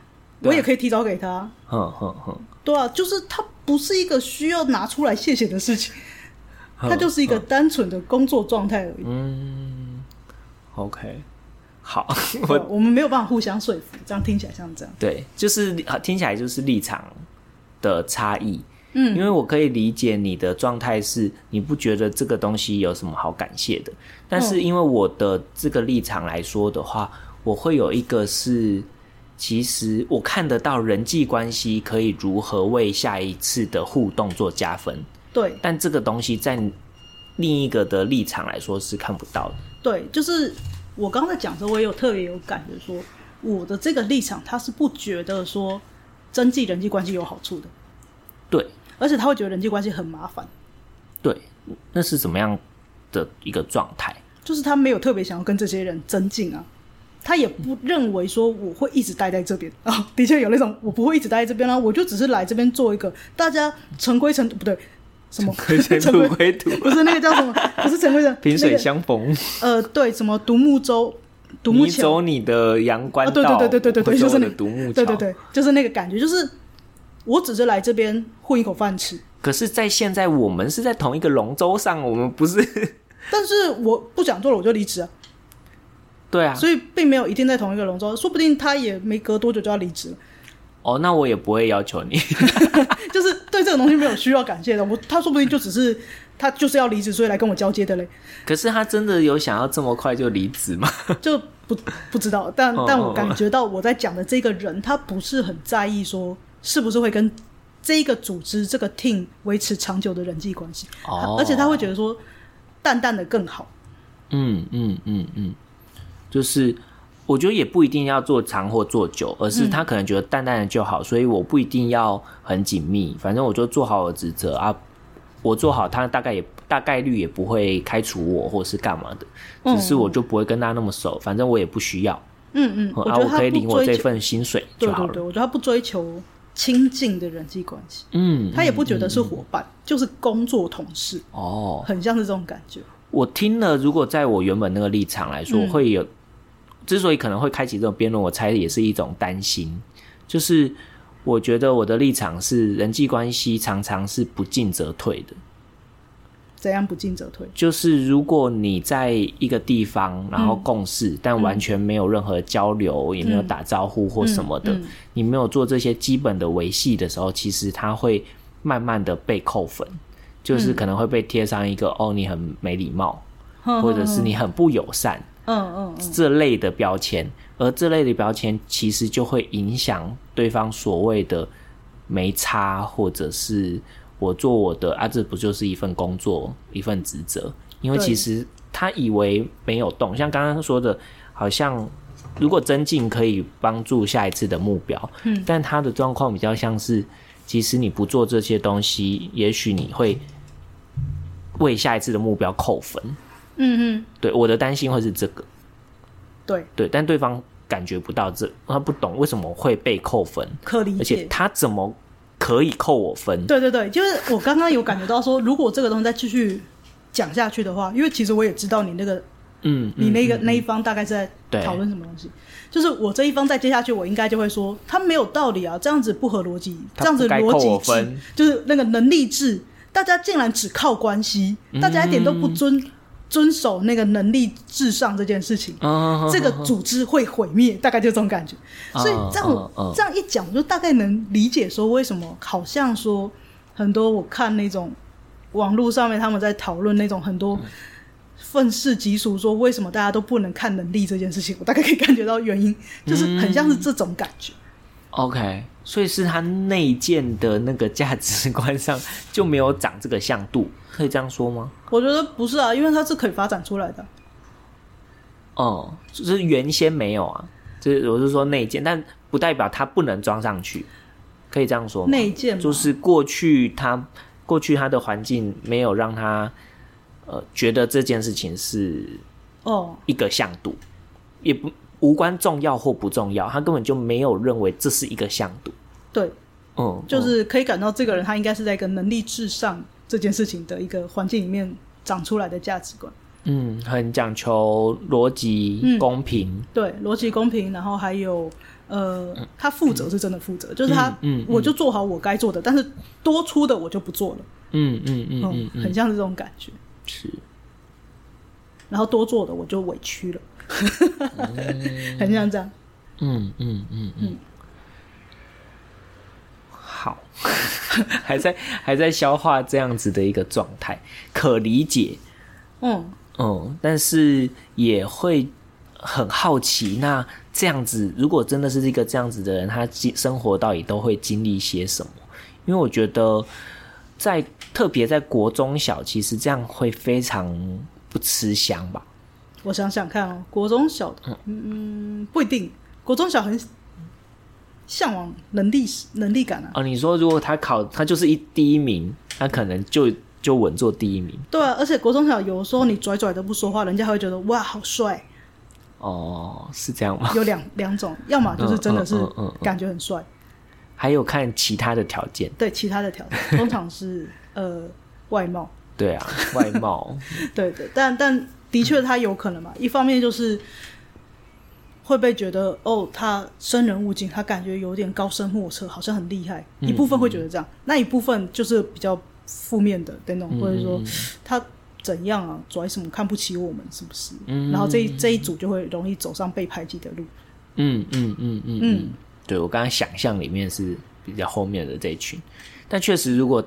B: 对啊
A: 我也可以提早给他，
B: 哼哼哼，
A: 对啊，就是他不是一个需要拿出来谢谢的事情，
B: 哼
A: 他就是一个
B: 哼
A: 单纯的工作状态而已。
B: 嗯，OK，好， <laughs>
A: 对
B: 我
A: 啊我们没有办法互相说服，这样听起来像这样。
B: 啊对，就是听起来就是立场的差异。嗯，因为我可以理解你的状态是你不觉得这个东西有什么好感谢的，但是因为我的这个立场来说的话，我会有一个是，其实我看得到人际关系可以如何为下一次的互动做加分，
A: 对
B: 但这个东西在另一个的立场来说是看不到的。
A: 对，就是我刚才讲的时候，我也有特别有感觉说，我的这个立场，他是不觉得说增进人际关系有好处的，
B: 对
A: 而且他会觉得人际关系很麻烦，
B: 对，那是怎么样的一个状态？
A: 就是他没有特别想要跟这些人增进啊。他也不认为说我会一直待在这边啊、 <laughs> 的确有那种我不会一直待在这边啦、啊我就只是来这边做一个大家尘归尘，不对，什么尘归
B: 归土，
A: 不是那个叫什么，不是尘归尘，
B: 萍水
A: 那个
B: 相逢。
A: 呃，对，什么独木舟，独木
B: 你
A: 桥，
B: 走你的阳关
A: 啊，
B: 道，
A: 对对对对对对
B: 我
A: 对，
B: 走
A: 就
B: 我
A: 是那
B: 的独木桥。
A: 对对对，就是那个感觉，就是我只是来这边混一口饭吃，
B: 可是，在现在我们是在同一个龙舟上，我们不是
A: 但是我不想做了，我就离职啊，
B: 对啊。
A: 所以并没有一定在同一个笼中，说不定他也没隔多久就要离职了， <laughs>
B: 哦，那我也不会要求你。 <laughs>
A: 就是对这个东西没有需要感谢的，我他说不定就只是他就是要离职，所以来跟我交接的嘞，
B: 可是他真的有想要这么快就离职吗？
A: 就不不知道，但
B: 哦
A: 但
B: 哦
A: 我
B: 哦
A: 感觉到我在讲的这个人，他不是很在意说是不是会跟这一个组织、这个 team 维持长久的人际关系，
B: 哦
A: 而且他会觉得说淡淡的更好，
B: 嗯嗯嗯嗯，就是我觉得也不一定要做长或做久，而
A: 嗯
B: 是他可能觉得淡淡的就好，所以我不一定要很紧密，反正我就做好我的职责啊，我做好他大概也大概率也不会开除我或是干嘛的，只是我就不会跟他那么熟，反正我也不需要，
A: 嗯嗯，
B: 嗯
A: 我
B: 啊，
A: 觉得
B: 我
A: 他
B: 可以领
A: 不
B: 我
A: 追
B: 这
A: 求，
B: 份薪水
A: 对
B: 就好
A: 对
B: 了
A: 对，。我觉得他不追求亲近的人际关系，
B: 嗯，
A: 他也不
B: 嗯
A: 觉得是
B: 嗯
A: 伙伴，就是工作同事，
B: 哦，
A: 很像是这种感觉，
B: 我听了，如果在我原本那个立场来说，
A: 嗯
B: 会有之所以可能会开启这种辩论，我猜也是一种担心，就是我觉得我的立场是人际关系常常是不进则退的，
A: 怎样不进则退，
B: 就是如果你在一个地方然后共事，
A: 嗯
B: 但完全没有任何交流，也没有打招呼或什么的，
A: 嗯嗯
B: 你没有做这些基本的维系的时候，其实它会慢慢的被扣分，
A: 嗯
B: 就是可能会被贴上一个、哦你很没礼貌，或者是你很不友善。
A: 嗯嗯嗯，
B: 这类的标签，而这类的标签其实就会影响对方所谓的没差，或者是我做我的啊，这不就是一份工作，一份职责？因为
A: 对
B: 其实他以为没有动，像刚刚说的，好像如果增进可以帮助下一次的目标，嗯，但他的状况比较像是，其实你不做这些东西，也许你会为下一次的目标扣分。
A: 嗯嗯，
B: 对我的担心会是这个。
A: 对，
B: 对，但对方感觉不到这，他不懂为什么会被扣分，
A: 可理
B: 而且
A: 解。
B: 他怎么可以扣我分？
A: 对对对，就是我刚刚有感觉到说，如果这个东西再继续讲下去的话，因为其实我也知道你那个
B: 嗯，
A: 你那个、
B: 嗯
A: 那一方大概是在
B: 对
A: 讨论什么东西，就是我这一方再接下去，我应该就会说他没有道理啊，这样子不合逻辑，这
B: 他
A: 样
B: 不
A: 子
B: 该
A: 逻
B: 扣我
A: 辑制
B: 分
A: 就是那个能力制，大家竟然只靠关系，
B: 嗯
A: 大家一点都不遵、遵守那个能力至上这件事情。
B: 嗯嗯
A: 这个组织会毁灭，大概就这种感觉。
B: 嗯
A: 所以这样
B: 嗯嗯
A: 我这样一讲，我就大概能理解说为什么好像说很多我看那种网络上面他们在讨论那种很多愤世嫉俗，说为什么大家都不能看能力这件事情，我大概可以感觉到原因，
B: 嗯
A: 就是很像是这种感觉。
B: OK，所以是他内建的那个价值观上就没有长这个像度，可以这样说吗？
A: 我觉得不是啊，因为它是可以发展出来的。
B: 哦、就是原先没有啊，就是我是说内建，但不代表他不能装上去，可以这样说吗？
A: 内建嘛
B: 哦就是过去他过去他的环境没有让他呃觉得这件事情是
A: 哦，
B: 一个向度，也不无关重要或不重要，他根本就没有认为这是一个向度。
A: 对，
B: 嗯，
A: 就是可以感到这个人他应该是在一个能力至上这件事情的一个环境里面长出来的价值观。
B: 嗯，很讲求逻辑、
A: 嗯
B: 公平。
A: 对，逻辑公平，然后还有呃，他负责是真的负责，就是他，
B: 嗯嗯嗯嗯
A: 我就做好我该做的，但是多出的我就不做了，
B: 嗯嗯嗯嗯嗯，
A: 很像是这种感觉。
B: 是
A: 然后多做的我就委屈了，
B: 嗯
A: <laughs> 很像这样。嗯
B: 嗯嗯嗯嗯，好， <laughs> 还在还在消化这样子的一个状态，可理解。
A: 嗯，
B: 嗯，但是也会很好奇，那这样子，如果真的是一个这样子的人，他经生活到底都会经历些什么？因为我觉得在特别在国中小，其实这样会非常不吃香吧。
A: 我想想看哦，国中小，嗯，不一定，国中小很向往能力能力感啊。
B: 哦，你说如果他考他就是一第一名，他可能就就稳坐第一名。
A: 对啊，而且国中小有时候你拽拽的不说话，人家还会觉得哇好帅。
B: 哦，是这样吗？
A: 有两两种，要么就是真的是
B: 嗯嗯嗯嗯
A: 感觉很帅，
B: 还有看其他的条件，
A: 对其他的条件
B: <laughs>
A: 通常是呃外貌，
B: 对啊，外貌，
A: 对对，但但的确他有可能嘛，一方面就是会被觉得哦他生人勿近，他感觉有点高深莫测，好像很厉害，
B: 嗯
A: 一部分会觉得这样，那一部分就是比较负面的等
B: 嗯
A: 等，或者说他。怎样啊？拽什么看不起我们是不是？
B: 嗯
A: 然后这一这一组就会容易走上被排挤的路。
B: 嗯嗯嗯嗯嗯
A: 嗯，
B: 对我刚刚想象里面是比较后面的这一群，但确实如果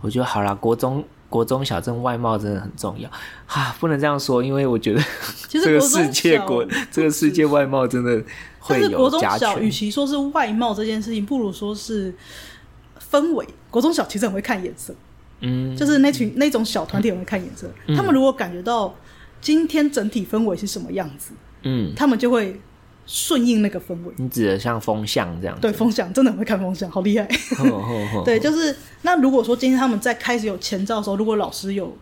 B: 我觉得好啦，国中国中小镇外貌真的很重要啊，不能这样说，因为我觉得
A: 其实
B: 这个
A: 国中
B: 世界
A: 小
B: 国这个世界外貌真的会
A: 但是
B: 有
A: 国中
B: 加
A: 小，与
B: 权，
A: 其说是外貌这件事情，不如说是氛围。国中小其实很会看颜色，
B: 嗯，
A: 就是那群那种小团体很会看颜色。他们如果感觉到今天整体氛围是什么样子，
B: 嗯，
A: 他们就会顺应那个氛围。
B: 你指的像风向这样子，
A: 对风向真的很会看风向，好厉害。
B: 哼哼哼
A: 对，就是那如果说今天他们在开始有前兆的时候，如果老师有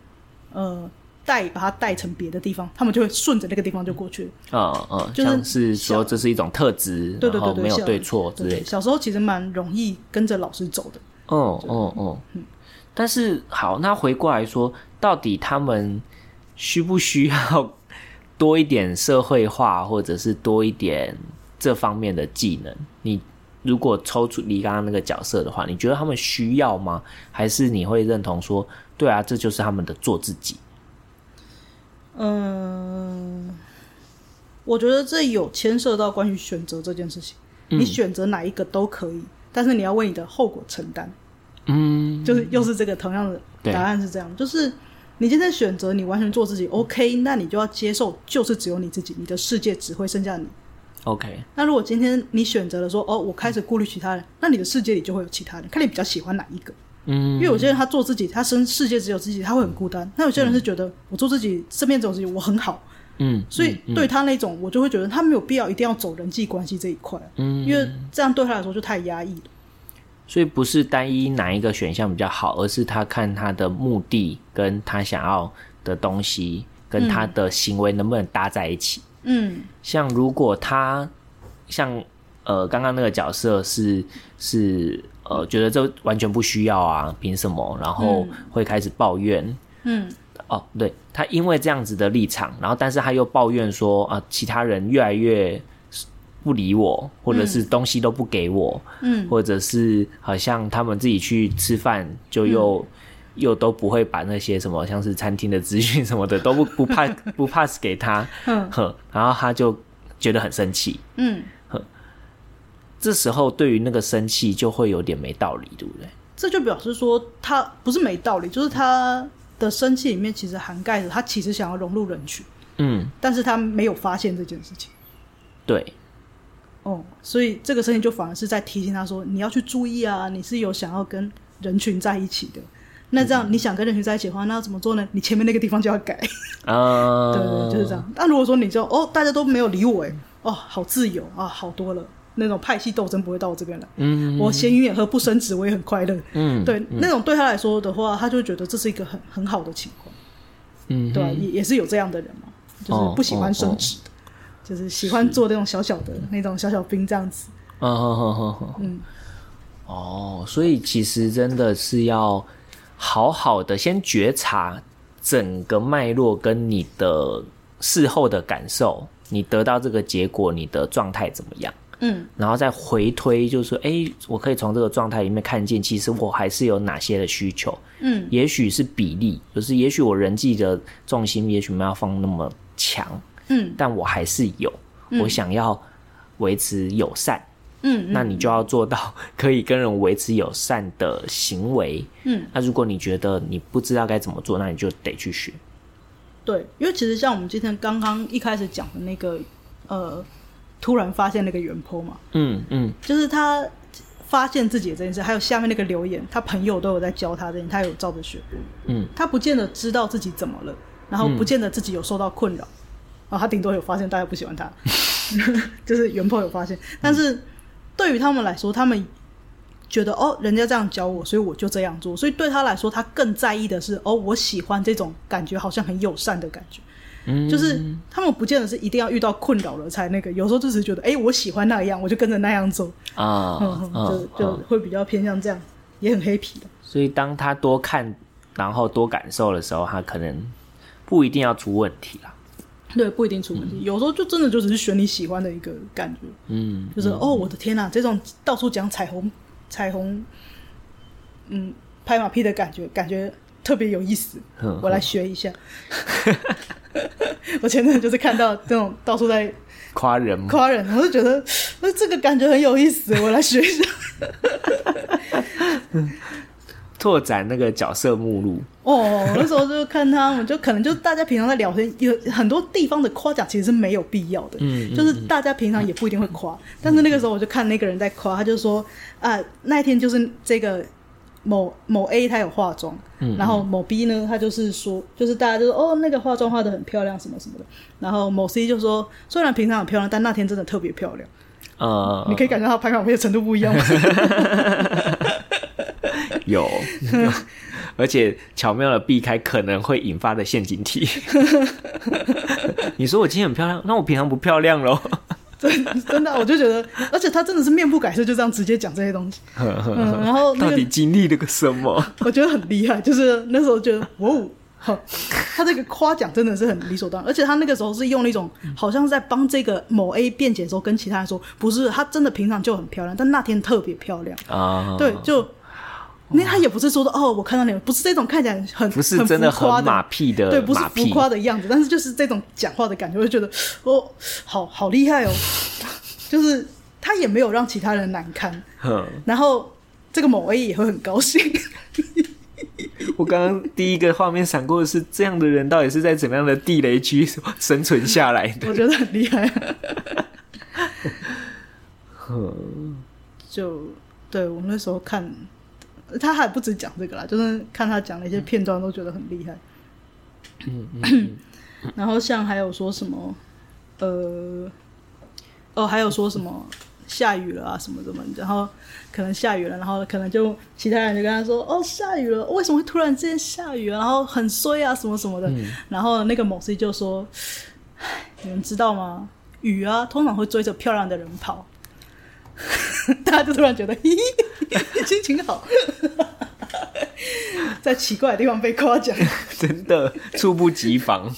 A: 呃带把他带成别的地方，他们就会顺着那个地方就过去了。
B: 嗯嗯，
A: 就是
B: 像是说
A: 小
B: 这是一种特质，
A: 对对
B: 然
A: 对
B: 后
A: 对，
B: 没有
A: 小
B: 对错之类的。
A: 小时候其实蛮容易跟着老师走的。
B: 哦哦哦，但是好，那回过来说，到底他们需不需要多一点社会化，或者是多一点这方面的技能？你如果抽出离刚刚那个角色的话，你觉得他们需要吗？还是你会认同说，对啊，这就是他们的做自己？
A: 嗯，我觉得这有牵涉到关于选择这件事情。
B: 嗯
A: 你选择哪一个都可以，但是你要为你的后果承担。
B: 嗯，
A: 就是又是这个同样的
B: 对
A: 答案是这样，就是你今天选择你完全做自己，OK，那你就要接受，就是只有你自己，你的世界只会剩下你。
B: OK，
A: 那如果今天你选择了说，哦，我开始顾虑其他人，那你的世界里就会有其他人，看你比较喜欢哪一个。因
B: 嗯
A: 为有些人他做自己，他生世界只有自己，他会很孤单。那有些人是觉得我做自己，身边只有自己，我很好，
B: 嗯，
A: 所以对他那种，我就会觉得他没有必要一定要走人际关系这一块，
B: 嗯
A: 因为这样对他来说就太压抑了。
B: 所以不是单一哪一个选项比较好，而是他看他的目的跟他想要的东西跟他的行为能不能搭在一起。
A: 嗯，
B: 像如果他像呃刚刚那个角色是是呃觉得这完全不需要啊，凭什么？然后会开始抱怨。
A: 嗯
B: 哦，对他因为这样子的立场，然后但是他又抱怨说啊、其他人越来越不理我，或者是东西都不给我，
A: 嗯，
B: 或者是好像他们自己去吃饭就又、
A: 嗯
B: 又都不会把那些什么像是餐厅的资讯什么的都不
A: <laughs>
B: 不怕不 pass 给他，
A: 嗯
B: 哼，然后他就觉得很生气。
A: 嗯，
B: 这时候对于那个生气就会有点没道理，对不对？
A: 这就表示说他不是没道理，就是他的生气里面其实涵盖着他其实想要融入人群，
B: 嗯，
A: 但是他没有发现这件事情。
B: 对，
A: 哦，所以这个事情就反而是在提醒他说，你要去注意啊，你是有想要跟人群在一起的。那这样你想跟人群在一起的话，那要怎么做呢？你前面那个地方就要改。
B: 嗯，
A: 对对，对就是这样。但如果说你就哦，大家都没有理我，哎，哦，好自由啊，好多了。那种派系斗争不会到我这边来，
B: 嗯，
A: 我闲云野鹤不升职，我也很快乐。
B: 嗯，
A: 对，那种对他来说的话，他就觉得这是一个很很好的情况，
B: 嗯，哦
A: 对吧、也也是有这样的人嘛，就是不喜欢升职的，就是喜欢做那种小小的那种小小兵这样子。
B: 嗯哼哼哼哼，
A: 嗯，
B: 哦，所以其实真的是要好好的先觉察整个脉络跟你的事后的感受，你得到这个结果，你的状态怎么样，
A: 嗯
B: 然后再回推，就是说，哎，我可以从这个状态里面看见，其实我还是有哪些的需求，
A: 嗯
B: 也许是比例，就是也许我人际的重心，也许没有放那么强，
A: 嗯
B: 但我还是有，我想要维持友善，
A: 嗯
B: 那你就要做到可以跟人维持友善的行为。
A: 嗯，
B: 那如果你觉得你不知道该怎么做，那你就得去学。
A: 对，因为其实像我们今天刚刚一开始讲的那个，呃，突然发现那个原 po 嘛，
B: 嗯嗯，
A: 就是他发现自己的这件事，还有下面那个留言，他朋友都有在教他这件事，他有照着学。
B: 嗯，
A: 他不见得知道自己怎么了，然后不见得自己有受到困扰，然后他顶多有发现大家不喜欢
B: <laughs>
A: 他，就是原 po 有发现，但是对于他们来说，他们。觉得哦，人家这样教我，所以我就这样做。所以对他来说，他更在意的是哦，我喜欢这种感觉，好像很友善的感觉。
B: 嗯
A: 就是他们不见得是一定要遇到困扰了才那个，有时候就只是觉得，哎、我喜欢那样，我就跟着那样走，
B: 啊
A: 嗯，
B: 啊
A: 就就
B: 啊
A: 会比较偏向这样，也很黑皮的。
B: 所以当他多看，然后多感受的时候，他可能不一定要出问题啦。
A: 对，不一定出问题，有时候就真的就只是选你喜欢的一个感觉，
B: 嗯，
A: 就是、哦，我的天呐、这种到处讲彩虹、彩虹，嗯，拍马屁的感觉，感觉特别有意思，
B: 哼
A: 我来学一下。 <laughs> 我前阵子就是看到这种到处在
B: 夸
A: <laughs>
B: 人嘛，
A: 夸人，我就觉得那这个感觉很有意思，我来学一下。
B: 拓展那个角色目录。
A: 哦，那时候就看他们，就可能就大家平常在聊天，有很多地方的夸奖其实是没有必要的，
B: 嗯嗯
A: 就是大家平常也不一定会夸。但是那个时候我就看那个人在夸，他就说啊，那一天就是这个某某 A 他有化妆，
B: 嗯
A: 然后某 B 呢他就是说，就是大家就说哦那个化妆化的很漂亮什么什么的，然后某 C 就说虽然平常很漂亮，但那天真的特别漂亮，
B: 呃，
A: 你可以感觉到拍马屁的程度不一
B: <laughs>
A: 样吗？嗯
B: 有， <laughs> 而且巧妙的避开可能会引发的陷阱题。 <laughs> 你说我今天很漂亮，那我平常不漂亮喽？
A: 真真的，我就觉得，而且他真的是面不改色，就这样直接讲这些东西。嗯，然后那
B: 到
A: 个
B: 底经历了个什
A: <laughs>
B: 么？
A: 我觉得很厉害，就是那时候觉得，哇哦，好，他这个夸奖真的是很理所当然，而且他那个时候是用了一种好像是在帮这个某 A 辩解的时候，跟其他人说，不是，她真的平常就很漂亮，但那天特别漂亮，
B: 啊，
A: 对，就。那他也不是说的哦，我看到你了，不是这种看起来很
B: 不是真的
A: 浮夸
B: 很
A: 的
B: 马屁的，
A: 对，不是
B: 马
A: 浮
B: 屁
A: 夸的样子，但是就是这种讲话的感觉，我就觉得哦，好好厉害哦， <laughs> 就是他也没有让其他人难堪，
B: 哼
A: 然后这个某 A 也会很高兴，
B: 我刚刚第一个画面闪过的是，这样的人到底是在怎么样的地雷区生存下来
A: <laughs>
B: 的？
A: 我觉得很厉害。就对我那时候看，他还不止讲这个啦，就是看他讲的一些片段都觉得很厉害。
B: 嗯
A: 然后像还有说什么，呃，哦，还有说什么下雨了啊什么什么，然后可能下雨了，然后可能就其他人就跟他说，哦，下雨了，为什么会突然之间下雨啊？然后很衰啊什么什么的。然后那个某 C 就说，唉你们知道吗？雨啊，通常会追着漂亮的人跑。 <laughs> 大家就突然觉得， <laughs> 嘿嘿，心情好， <laughs> 在奇怪的地方被夸奖。
B: 真的猝不及防。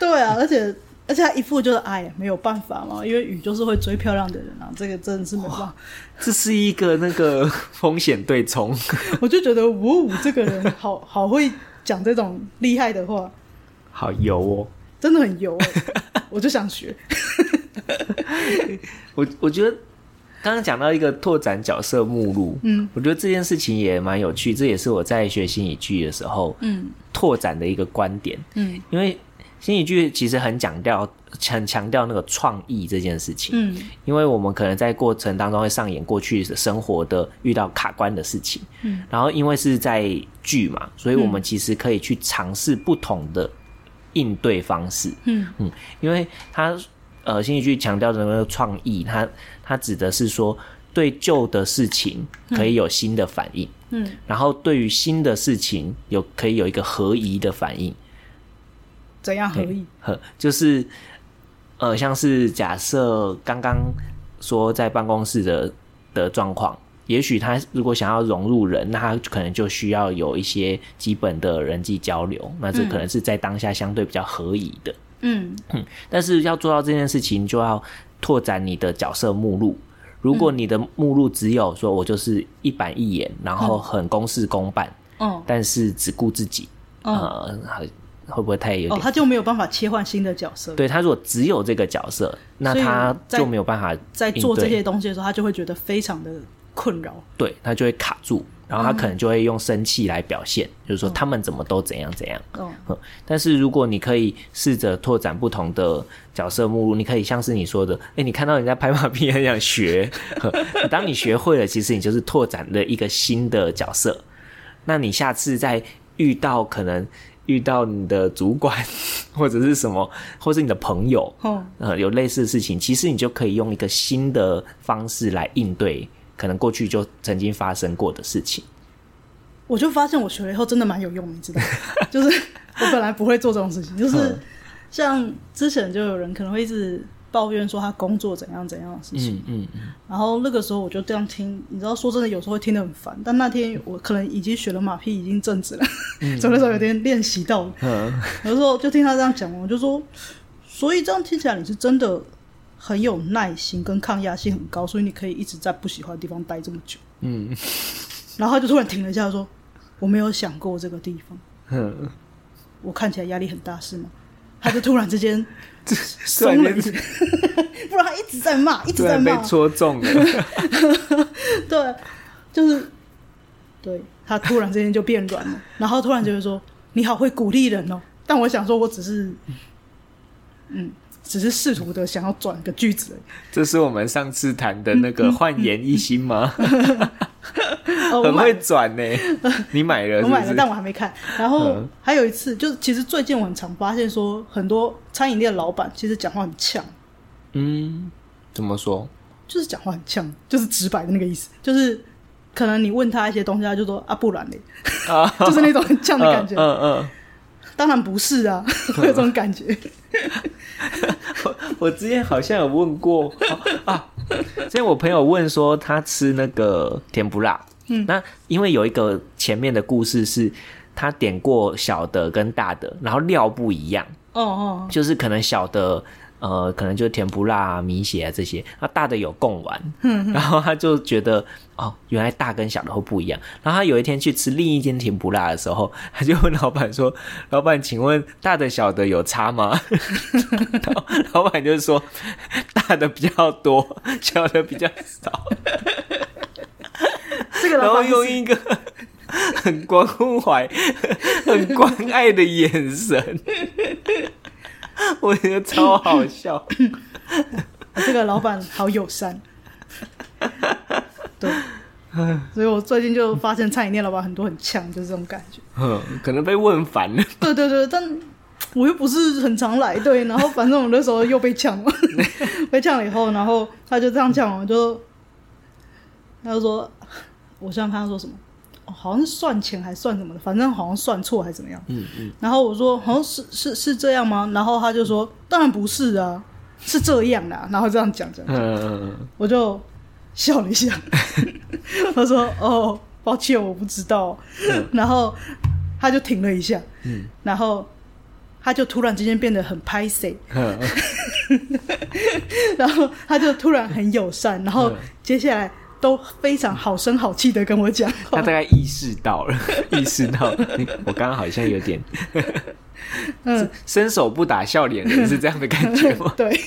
A: 对啊，而且而且他一副就是哎呀没有办法嘛，因为雨就是会追漂亮的人啊，这个真的是没办法。
B: 这是一个那个风险对冲，
A: 我就觉得五五这个人好好会讲这种厉害的话，
B: 好油哦！
A: 真的很油、欸，我就想学。
B: 我我觉得刚刚讲到一个拓展角色目录，
A: 嗯，
B: 我觉得这件事情也蛮有趣，这也是我在学心理剧的时候
A: 嗯
B: 拓展的一个观点，
A: 嗯
B: 因为心理剧其实很强调很强调那个创意这件事情，
A: 嗯
B: 因为我们可能在过程当中会上演过去生活的遇到卡关的事情，
A: 嗯，
B: 然后因为是在剧嘛，所以我们其实可以去尝试不同的应对方式，
A: 嗯
B: 嗯，因为他呃心理剧强调的那个创意，它它指的是说对旧的事情可以有新的反应，
A: 嗯
B: 然后对于新的事情有可以有一个合宜的反应，
A: 怎样合意？
B: 呵，就是呃，像是假设刚刚说在办公室的的状况，也许他如果想要融入人，那他可能就需要有一些基本的人际交流，那这可能是在当下相对比较合宜的。
A: 嗯
B: 但是要做到这件事情，就要拓展你的角色目录。如果你的目录只有说我就是一板一眼，然后很公事公办，
A: 哦
B: 但是只顾自己，
A: 嗯
B: 呃，会不会太有
A: 哦，
B: 点？
A: 他就没有办法切换新的角色，
B: 对他如果只有这个角色，那
A: 所以
B: 他
A: 在
B: 就没有办法
A: 在
B: 应
A: 做这
B: 对
A: 些东西的时候，他就会觉得非常的困扰。
B: 对他就会卡住，然
A: 嗯
B: 后他可能就会用生气来表现，就是说他们怎么都怎样怎样。
A: 嗯，
B: 嗯但是如果你可以试着拓展不同的角色目录，你可以像是你说的，哎、你看到人家拍马屁很想学，呵当你学会了，其实你就是拓展了一个新的角色。那你下次再遇到可能遇到你的主管 <laughs> 或者是什么，或是你的朋友，
A: 哦，
B: 呃，有类似的事情，其实你就可以用一个新的方式来应对可能过去就曾经发生过的事情。
A: 我就发现我学了以后真的蛮有用，你知道吗，就是我本来不会做这种事情，就是像之前就有人可能会一直抱怨说他工作怎样怎样的事情，
B: 嗯嗯嗯，
A: 然后那个时候我就这样听，你知道，说真的，有时候会听得很烦。但那天我可能已经学了马屁，已经正直了， <laughs> 所以那时候有点练习到
B: <laughs>
A: 了。有时候就听他这样讲，我就说，所以这样听起来你是真的很有耐心，跟抗压性很高，所以你可以一直在不喜欢的地方待这么久。嗯，然后他就突然停了一下，说：“我没有想过这个地方，我看起来压力很大是吗？”他就突然之
B: <laughs>
A: 间 <laughs> 松了一点，不然他一直在骂，一直在骂。
B: 戳中了。
A: 对，就是对他突然之间就变软了，然后突然就是说你好会鼓励人哦，但我想说我只是，嗯，只是试图的想要转个句子而已。
B: 这是我们上次谈的那个焕颜一新吗？
A: 哦，嗯我
B: <laughs> 很
A: 买
B: 会转呢、你买了是
A: 我
B: 不
A: 买了，
B: 是？
A: 但我还没看。然后
B: 嗯
A: 还有一次，就是其实最近我很常发现说，很多餐饮店的老板其实讲话很呛，
B: 嗯，怎么说？
A: 就是讲话很呛，就是直白的那个意思，就是。可能你问他一些东西，他就说啊，不然嘞，
B: 啊
A: <laughs> 就是那种很呛的
B: <laughs>
A: 感觉。
B: 嗯嗯
A: 当然不是
B: <laughs>
A: 啊， <laughs> 会有这种感觉。
B: <laughs> 嗯，我之前好像有问过 <laughs> 啊，之前我朋友问说他吃那个甜不辣，嗯，那因为有一个前面的故事是他点过小的跟大的，然后料不一样，
A: 哦哦，
B: 就是可能小的。呃，可能就甜不辣、啊、米血啊这些，那大的有贡丸，然后他就觉得哦，原来大跟小的会不一样。然后他有一天去吃另一间甜不辣的时候，他就问老板说：“老板，请问大的小的有差吗？”然后老板就说：“大的比较多，小的比较少。”
A: 这个
B: 然
A: 老
B: 后
A: 板
B: 用一个很关怀、很关爱的眼神，我觉得超好笑。
A: <laughs> 这个老板好友
B: <laughs>
A: 善。对，所以我最近就发现餐饮店老板很多很呛，就是这种感觉。
B: 嗯， <laughs> 可能被问烦了，
A: 对对对，但我又不是很常来，对，然后反正我那时候又被呛 <laughs> 了，被呛了以后，然后他就这样呛我，就他就说，我想想看他说什么。哦好像是算钱还算什么的，反正好像算错还是怎么样。嗯嗯。然后我说好像是是是这样吗？然后他就说当然不是啊，是这样啦。然后这样讲讲，
B: 嗯，
A: 我就笑了一下，我说：“哦，抱歉，我不知道。然后他就停了一下，然后他就突然之间变得很拍 C，
B: 嗯
A: 然后他就突然很友善，然后
B: 嗯
A: 接下来都非常好声好气的跟我讲
B: <laughs> 他
A: 话
B: 大，概意识到 <laughs> 了，意识到我刚刚好像有点
A: 嗯，
B: 伸手不打笑脸人，是这样的感觉
A: <laughs>
B: 吗？
A: 对，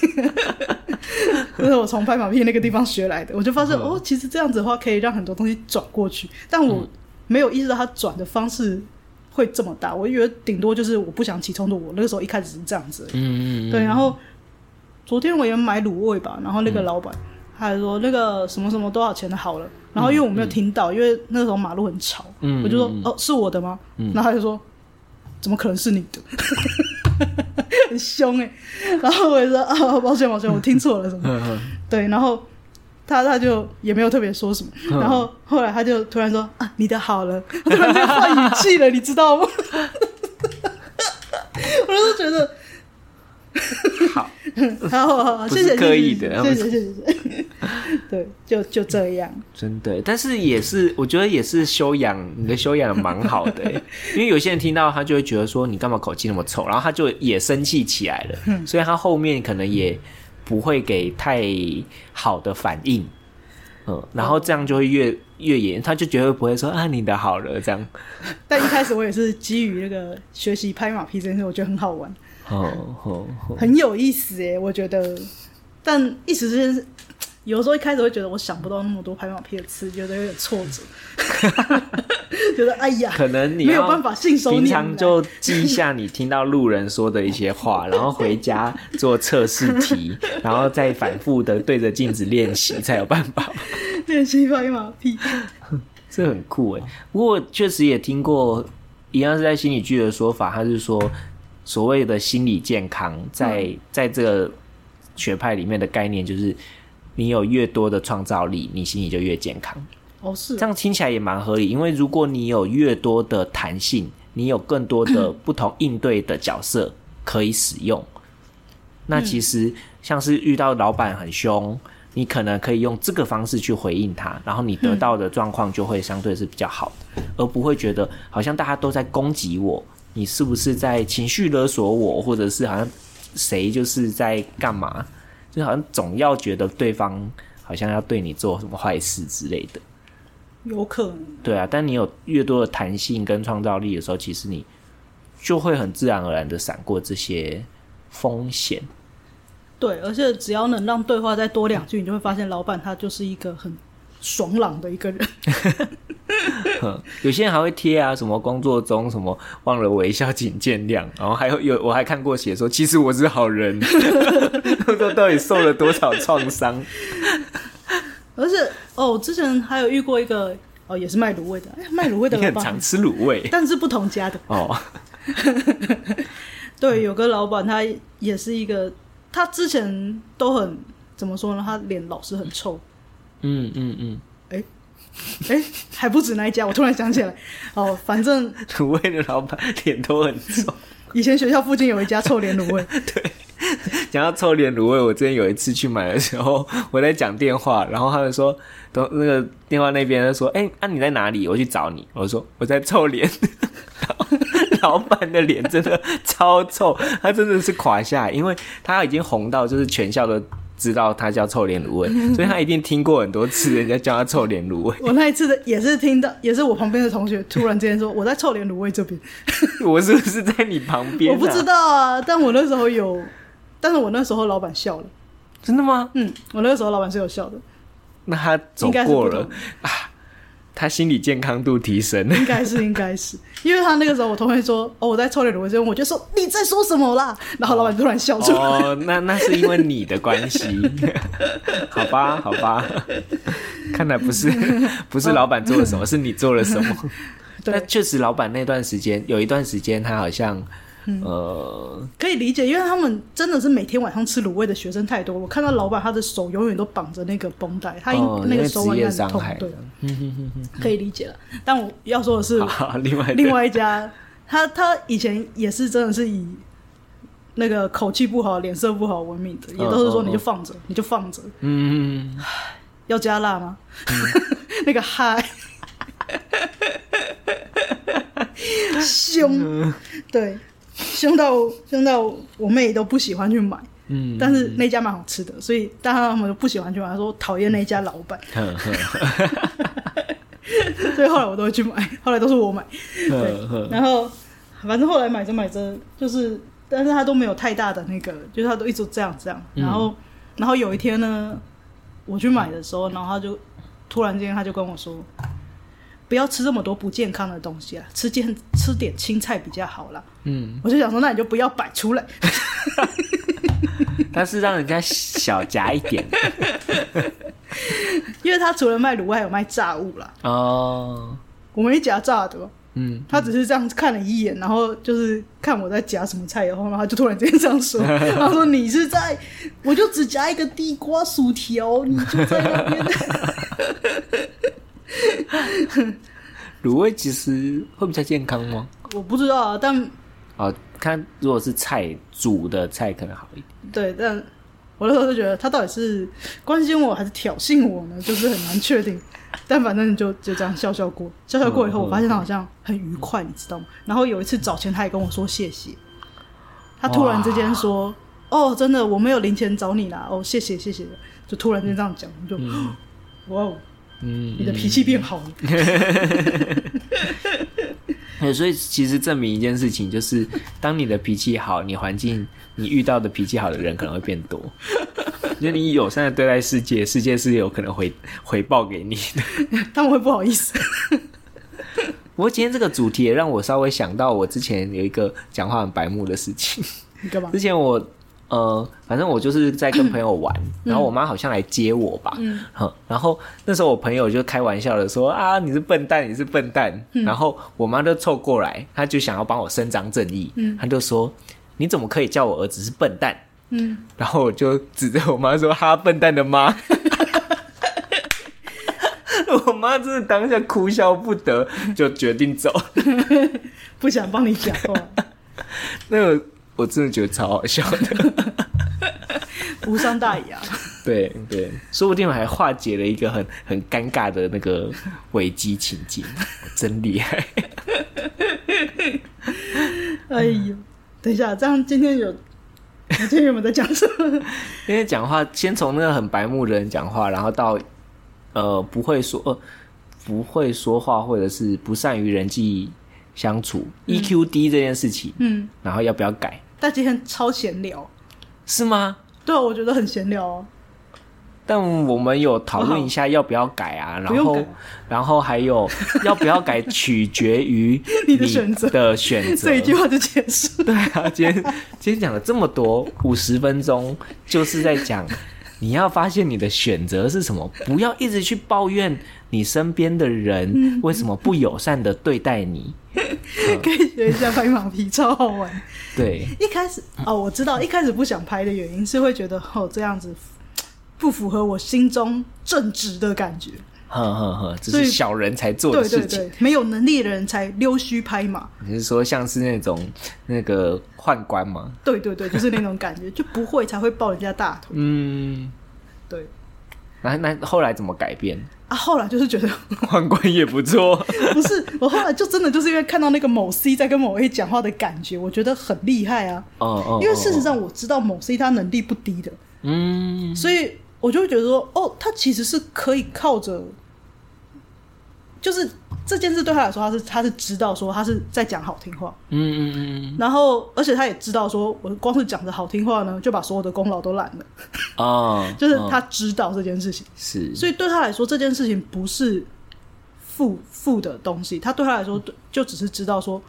A: 这是我从拍马屁那个地方学来的。我就发
B: 嗯
A: 现、哦，其实这样子的话可以让很多东西转过去，但
B: 嗯
A: 我没有意识到它转的方式会这么大。我以为顶多就是我不想起冲突，我那个时候一开始是这样子而已。
B: 嗯，
A: 对，然后昨天我也买卤味吧，然后
B: 嗯
A: 那个老板他还说那个什么什么多少钱的好了，然后因为我没有听到，因为那时候马路很吵，
B: 嗯
A: 我就说
B: 嗯
A: 哦是我的吗？然后他就说怎么可能是你的？ <laughs> 很凶哎、然后我也说啊抱歉抱歉，我听错了什
B: <laughs>
A: 么？
B: 嗯
A: 对，然后。他他就也没有特别说什么，
B: 嗯
A: 然后后来他就突然说啊，你的好了， <laughs> 我突然间换语气了，你知道吗？ <laughs> 我就是觉得
B: 嗯，好，
A: <laughs> 好好好，
B: 不
A: 哦谢
B: 是
A: 谢，谢谢
B: 刻意的他
A: 谢
B: 们
A: 谢谢谢谢谢， <laughs> 对，就就这样，
B: 真的，但是也是，我觉得也是修养，你的修养蛮好的 <laughs> 欸，因为有些人听到他就会觉得说你干嘛口气那么臭，然后他就也生气起来了，所以他后面可能也不会给太好的反应，嗯，然后这样就会越越严，他就绝对不会说啊你的好了这样。
A: 但一开始我也是基于那个学习拍马屁这件事，我觉得很好玩，
B: 哦哦哦，
A: 很有意思哎，我觉得。但一时之间，有时候一开始会觉得我想不到那么多拍马屁的词，觉得有点挫
B: <laughs>
A: 折， <laughs> 觉得哎呀，
B: 可能你
A: 没
B: 要
A: 有办法信手拈来
B: 平常就记下你听到路人说的一
A: <laughs>
B: 些话，然后回家做测试题，然后再反复的对着镜子练习，才有办法。 <laughs>
A: 练习拍马屁。
B: 这很酷哎。不过确实也听过，一样是在心理剧的说法，他是说所谓的心理健康，在
A: 嗯
B: 在这个学派里面的概念就是，你有越多的创造力，你心里就越健康。
A: 哦，是
B: 这样听起来也蛮合理，因为如果你有越多的弹性，你有更多的不同应对的角色可以使用，那其实像是遇到老板很凶，你可能可以用这个方式去回应他，然后你得到的状况就会相对是比较好的，而不会觉得好像大家都在攻击我，你是不是在情绪勒索我，或者是好像谁就是在干嘛，就好像总要觉得对方好像要对你做什么坏事之类的。
A: 有可能。
B: 对啊，但你有越多的弹性跟创造力的时候，其实你就会很自然而然的闪过这些风险。
A: 对，而且只要能让对话再多两句，你就会发现老板他就是一个很爽朗的一个人。
B: 哼有些人还会贴啊，什么工作中什么忘了微笑，请见谅。然后还有有我还看过写说，其实我是好人， <laughs> 都到底受了多少创伤？
A: 而且哦，我之前还有遇过一个哦，也是卖卤味的，哎，卖卤味的
B: <laughs> 你
A: 老
B: 很
A: 板
B: 常，吃卤味
A: 但是不同家
B: <laughs>
A: 的。
B: 哦，
A: 对，有个老板，他也是一个，他之前都很怎么说呢？他脸老是很
B: <laughs>
A: 臭，
B: 嗯嗯嗯，
A: 哎，还不止那一家，我突然想起来，哦，反正
B: 卤味的老板脸都很臭。
A: 以前学校附近有一家臭脸
B: <laughs>
A: 卤味，
B: 讲到臭脸卤味，我之前有一次去买的时候，我在讲电话，然后他们说，都那个电话那边他说，哎、啊你在哪里？我去找你。我说我在臭脸。 <laughs> 然后老板的脸真的超臭，他真的是垮下来，因为他已经红到就是全校都知道他叫臭脸
A: <laughs>
B: 卤味，所以他一定听过很多次人家叫他臭脸卤味。 <laughs>
A: 我那一次的也是听到，也是我旁边的同学突然之间说我在臭脸卤味这边，
B: 我是不是在你旁边、
A: 我不知，道啊，但我那时候有，但是我那时候老板笑了，
B: 真的吗？
A: 嗯，我那个时候老板是有笑的，
B: 那他走
A: 应该是
B: 过
A: 不
B: 了
A: 同
B: 啊，他心理健康度提升。
A: 应该是应该是，因为他那个时候我同学说哦我在臭脸卤味这边，我就说你在说什么啦，然后老板突然笑出来，
B: 哦，那那是因为你的关
A: <laughs>
B: 系，好吧，好吧，看来不是不是老板做了什么，是你做了什么。
A: <laughs> 对
B: 那，确实，老板那段时间有一段时间，他好像
A: 嗯
B: 呃，
A: 可以理解，因为他们真的是每天晚上吃卤味的学生太多。我看到老板他的手永远都绑着那个绷带，他应、
B: 哦
A: 那
B: 因
A: 个
B: 为
A: 手
B: 职
A: 腕
B: 业
A: 应该
B: 伤
A: 很痛
B: 害，
A: 对，可以理解了。但我要说的是，
B: 好，另外
A: 另
B: 外
A: 外一家他他以前也是真的是以那个口气不好、脸色不好闻名的，也都是说
B: 嗯嗯
A: 你就放着，你就放着，
B: 嗯，
A: 要加辣吗？ <laughs> 那个嗨，凶，对，凶到凶到我妹都不喜欢去买。
B: 嗯，
A: 但是那家蛮好吃的，所以大家他们都不喜欢去买，说讨厌那家老板，
B: 呵呵
A: 所以后来我都会去买，后来都是我买。
B: 呵呵，
A: 然后反正后来买着买着，就是但是他都没有太大的那个，就是他都一直这样这样。然后、然后有一天呢，我去买的时候，然后他就突然间他就跟我说。不要吃这么多不健康的东西啊，吃健吃点青菜比较好啦。
B: 嗯，
A: 我就想说，那你就不要摆出来， <laughs>
B: 他是让人家小夹一
A: <laughs>
B: 点
A: 因为他除了卖卤外，还有卖炸物啦。
B: 哦，
A: 我们一夹炸的嘛，哦
B: 嗯，
A: 他只是这样看了一眼，然后就是看我在夹什么菜，然后他就突然之间这样说，他说你是在，我就只夹一个地瓜薯条，你就在那边，
B: 卤味其实会比较健康吗？
A: 我不知道，啊，但
B: 哦，看如果是菜煮的菜可能好一点。
A: 对，但我那时候就觉得他到底是关心我还是挑衅我呢，就是很难确定。但反正就就这样笑笑过，笑笑过以后，我发现他好像很愉快，你知道吗？然后有一次早前他也跟我说谢谢，他突然之间说：“哦，真的，我没有零钱找你啦，哦，谢谢谢谢。”就突然间这样讲，我就、哇哦，嗯，你的脾气变好了，
B: 对， <laughs> 所以其实证明一件事情，就是当你的脾气好，你环境你遇到的脾气好的人可能会变多。因为你友善的对待世界，世界是有可能回回报给你的。
A: <laughs> 但我会不好意思。
B: 不过今天这个主题也让我稍微想到我之前有一个讲话很白目的事情。
A: 你 <laughs> 干嘛
B: 之？前我呃，反正我就是在跟朋友玩，然后我妈好像来接我吧，嗯，然后那时候我朋友就开玩笑的说啊，你是笨蛋，你是笨蛋，然后我妈就凑过来，她就想要帮我伸张正义，嗯，她就说你怎么可以叫我儿子是笨蛋？
A: 嗯，
B: 然后我就指着我妈说哈，笨蛋的妈。 <laughs> 我妈真的当下哭笑不得，就决定走。
A: 不想帮你讲话，
B: 那个我真的觉得超好笑的。
A: 无伤大雅。
B: 对对，说不定我还化解了一个很很尴尬的那个危机情境， <laughs> 我真厉害。
A: 哎呦，等一下，这样今天有，我今天有没有在讲什么？ <laughs>
B: 因为讲话先从那个很白目的人讲话，然后到呃不会说、呃、不会说话，或者是不善于人际相处、EQ 低这件事情，
A: 嗯，
B: 然后要不要改？
A: 但今天超闲聊，
B: 是吗？
A: 对啊，我觉得很闲聊哦。
B: 但我们有讨论一下要不要改啊，
A: 不
B: 然
A: 用改
B: 后然后还有要不要改，取决于
A: <laughs> 你的选择
B: 的选
A: <laughs>
B: 择
A: 这一句话就结束。
B: <laughs> 对啊，今天今天讲了这么多，五十分钟就是在讲你要发现你的选择是什么，不要一直去抱怨你身边的
A: 嗯
B: 人为什么不友善的对待你。啊
A: 可以学一下拍马屁，超好玩。
B: 对，
A: 一开始哦，我知道一开始不想拍的原因是会觉得哦这样子不符合我心中正直的感觉。
B: 呵呵呵，这
A: 所以
B: 是小人才做的
A: 对对
B: 事情。
A: 对，没有能力的人才溜须拍马。
B: 你是说像是那种那个宦官吗？
A: 对对对，就是那种感觉，就不会才会抱人家大腿。
B: 嗯，
A: 对
B: 那那后来怎么改变？
A: 啊，后来就是觉得
B: 宦官也不错。
A: <laughs> 不是，我后来就真的就是因为看到那个某 C 在跟某 A 讲话的感觉，我觉得很厉害啊。
B: 哦哦，
A: 因为事实
B: 哦，
A: 上我知道某 C 他能力不低的，
B: 嗯，
A: 所以我就会觉得说，哦，他其实是可以靠着，就是这件事对他来说，他是他是知道说他是在讲好听话，
B: 嗯嗯嗯，嗯
A: 然后而且他也知道说，我光是讲着好听话呢，就把所有的功劳都揽了，
B: 哦，
A: 就是
B: 哦
A: 他知道这件事情，
B: 是，
A: 所以对他来说这件事情不是负负的东西，他对他来说
B: 嗯
A: 就只是知道说。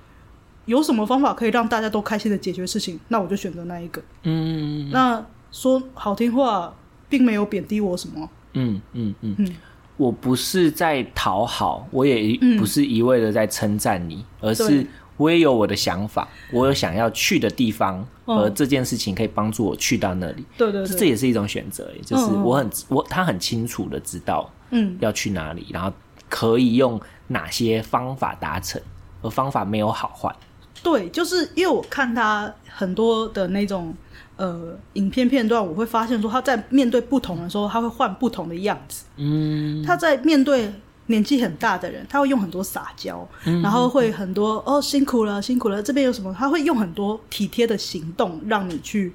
A: 有什么方法可以让大家都开心的解决事情？那我就选择那一个。
B: 嗯
A: 那说好听话，并没有贬低我什么。
B: 嗯嗯嗯嗯
A: 嗯，
B: 我不是在讨好，我也
A: 嗯
B: 不是一味的在称赞你，而是
A: 对
B: 我也有我的想法，我有想要去的地方，
A: 嗯
B: 而这件事情可以帮助我去到那里。
A: 对对
B: 这
A: 对，
B: 这也是一种选择，就是
A: 嗯嗯
B: 我很我他很清楚的知道
A: 嗯，
B: 要去哪里，然后可以用哪些方法达成，而方法没有好坏。
A: 对，就是因为我看他很多的那种呃影片片段，我会发现说他在面对不同的时候，他会换不同的样子。
B: 嗯
A: 他在面对年纪很大的人，他会用很多撒娇，
B: 嗯
A: 然后会很多哦辛苦了辛苦了，这边有什么？他会用很多体贴的行动让你去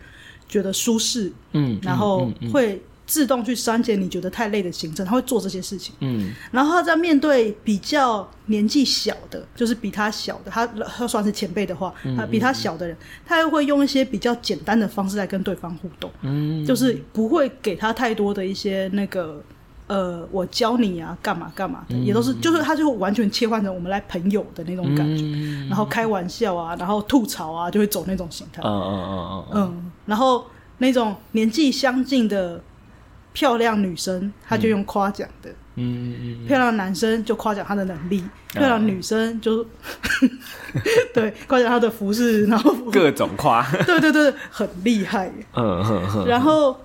A: 觉得舒适，
B: 嗯，
A: 然后
B: 嗯嗯
A: 会自动去删减你觉得太累的行程，他会做这些事情。
B: 嗯
A: 然后他在面对比较年纪小的，就是比他小的，他他算是前辈的话，
B: 嗯
A: 他比他小的人，他还会用一些比较简单的方式来跟对方互动，
B: 嗯
A: 就是不会给他太多的一些那个呃，我教你啊，干嘛干嘛的，
B: 嗯
A: 也都是就是他就完全切换成我们来朋友的那种感觉，
B: 嗯
A: 然后开玩笑啊，然后吐槽啊，就会走那种形态
B: 嗯，嗯嗯嗯
A: 嗯，然后那种年纪相近的漂亮女生，她就用夸奖的。
B: 嗯嗯啊
A: 漂亮男生就夸奖他的能力，漂亮女生就 <laughs> 对夸奖他的服 <laughs> 饰，然后
B: 嗯，各种夸，
A: 对对对，很厉害耶。
B: 嗯哼哼。
A: 然后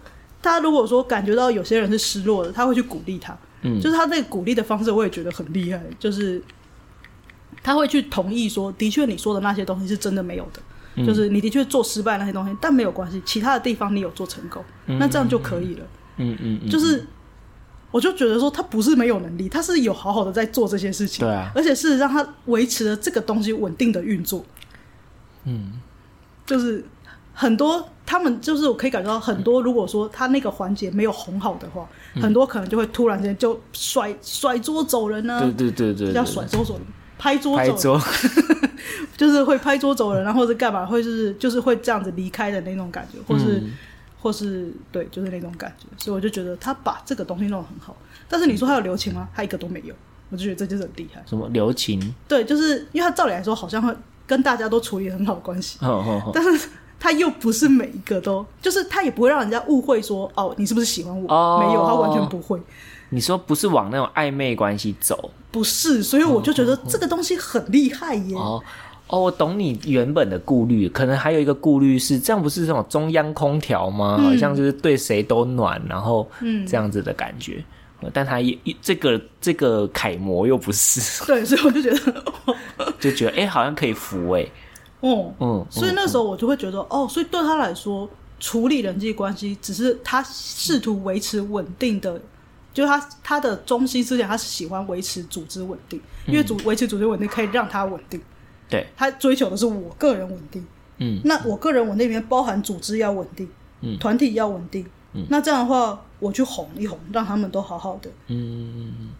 A: 他如果说感觉到有些人是失落的，他会去鼓励他，
B: 嗯
A: 就是他那个鼓励的方式，我也觉得很厉害，就是他会去同意说，的确你说的那些东西是真的没有的。
B: 嗯
A: 就是你的确做失败那些东西，但没有关系，其他的地方你有做成功，那这样就可以了。
B: 嗯嗯嗯，
A: 就是我就觉得说他不是没有能力，他是有好好的在做这些事情，
B: 对啊
A: 而且事实上他维持了这个东西稳定的运作，嗯，就是很多他们就是我可以感觉到很多，如果说他那个环节没有哄好的话，
B: 嗯
A: 很多可能就会突然间就甩甩桌走人呢、
B: 对对对对，
A: 这
B: 对
A: 叫甩桌走人，拍桌
B: 拍
A: 走人，
B: 桌，
A: 就是会拍桌走人，然后或者干嘛，会是就是会这样子离开的那种感觉，或是、
B: 嗯
A: 或是对，就是那种感觉。所以我就觉得他把这个东西弄得很好，但是你说他有留情吗？他一个都没有，我就觉得这就是很厉害。
B: 什么留情，
A: 对，就是因为他照理来说好像会跟大家都处理很好的关系，
B: 哦哦哦
A: 但是他又不是每一个都，就是他也不会让人家误会说哦，你是不是喜欢我？
B: 哦
A: 没有，他完全不会，
B: 你说不是往那种暧昧关系走
A: 不是。所以我就觉得这个东西很厉害耶。
B: 哦。哦，我懂你原本的顾虑，可能还有一个顾虑是，这样不是这种中央空调吗？好像就是对谁都暖，然后这样子的感觉。呃但他也这个这个楷模又不是， <laughs>
A: 对，所以我就觉得，
B: 就觉得哎、诶好像可以抚慰。
A: 哦，
B: 嗯，
A: 所以那时候我就会觉得，哦，所以对他来说，处理人际关系只是他试图维持稳定的，就是他他的中心思想，他是喜欢维持组织稳定，因为组维持组织稳定可以让他稳定，
B: 对，
A: 他追求的是我个人稳定。
B: 嗯
A: 那我个人我那边包含组织要稳定，
B: 嗯
A: 团体要稳定，那这样的话，我去哄一哄，让他们都好好的，
B: 嗯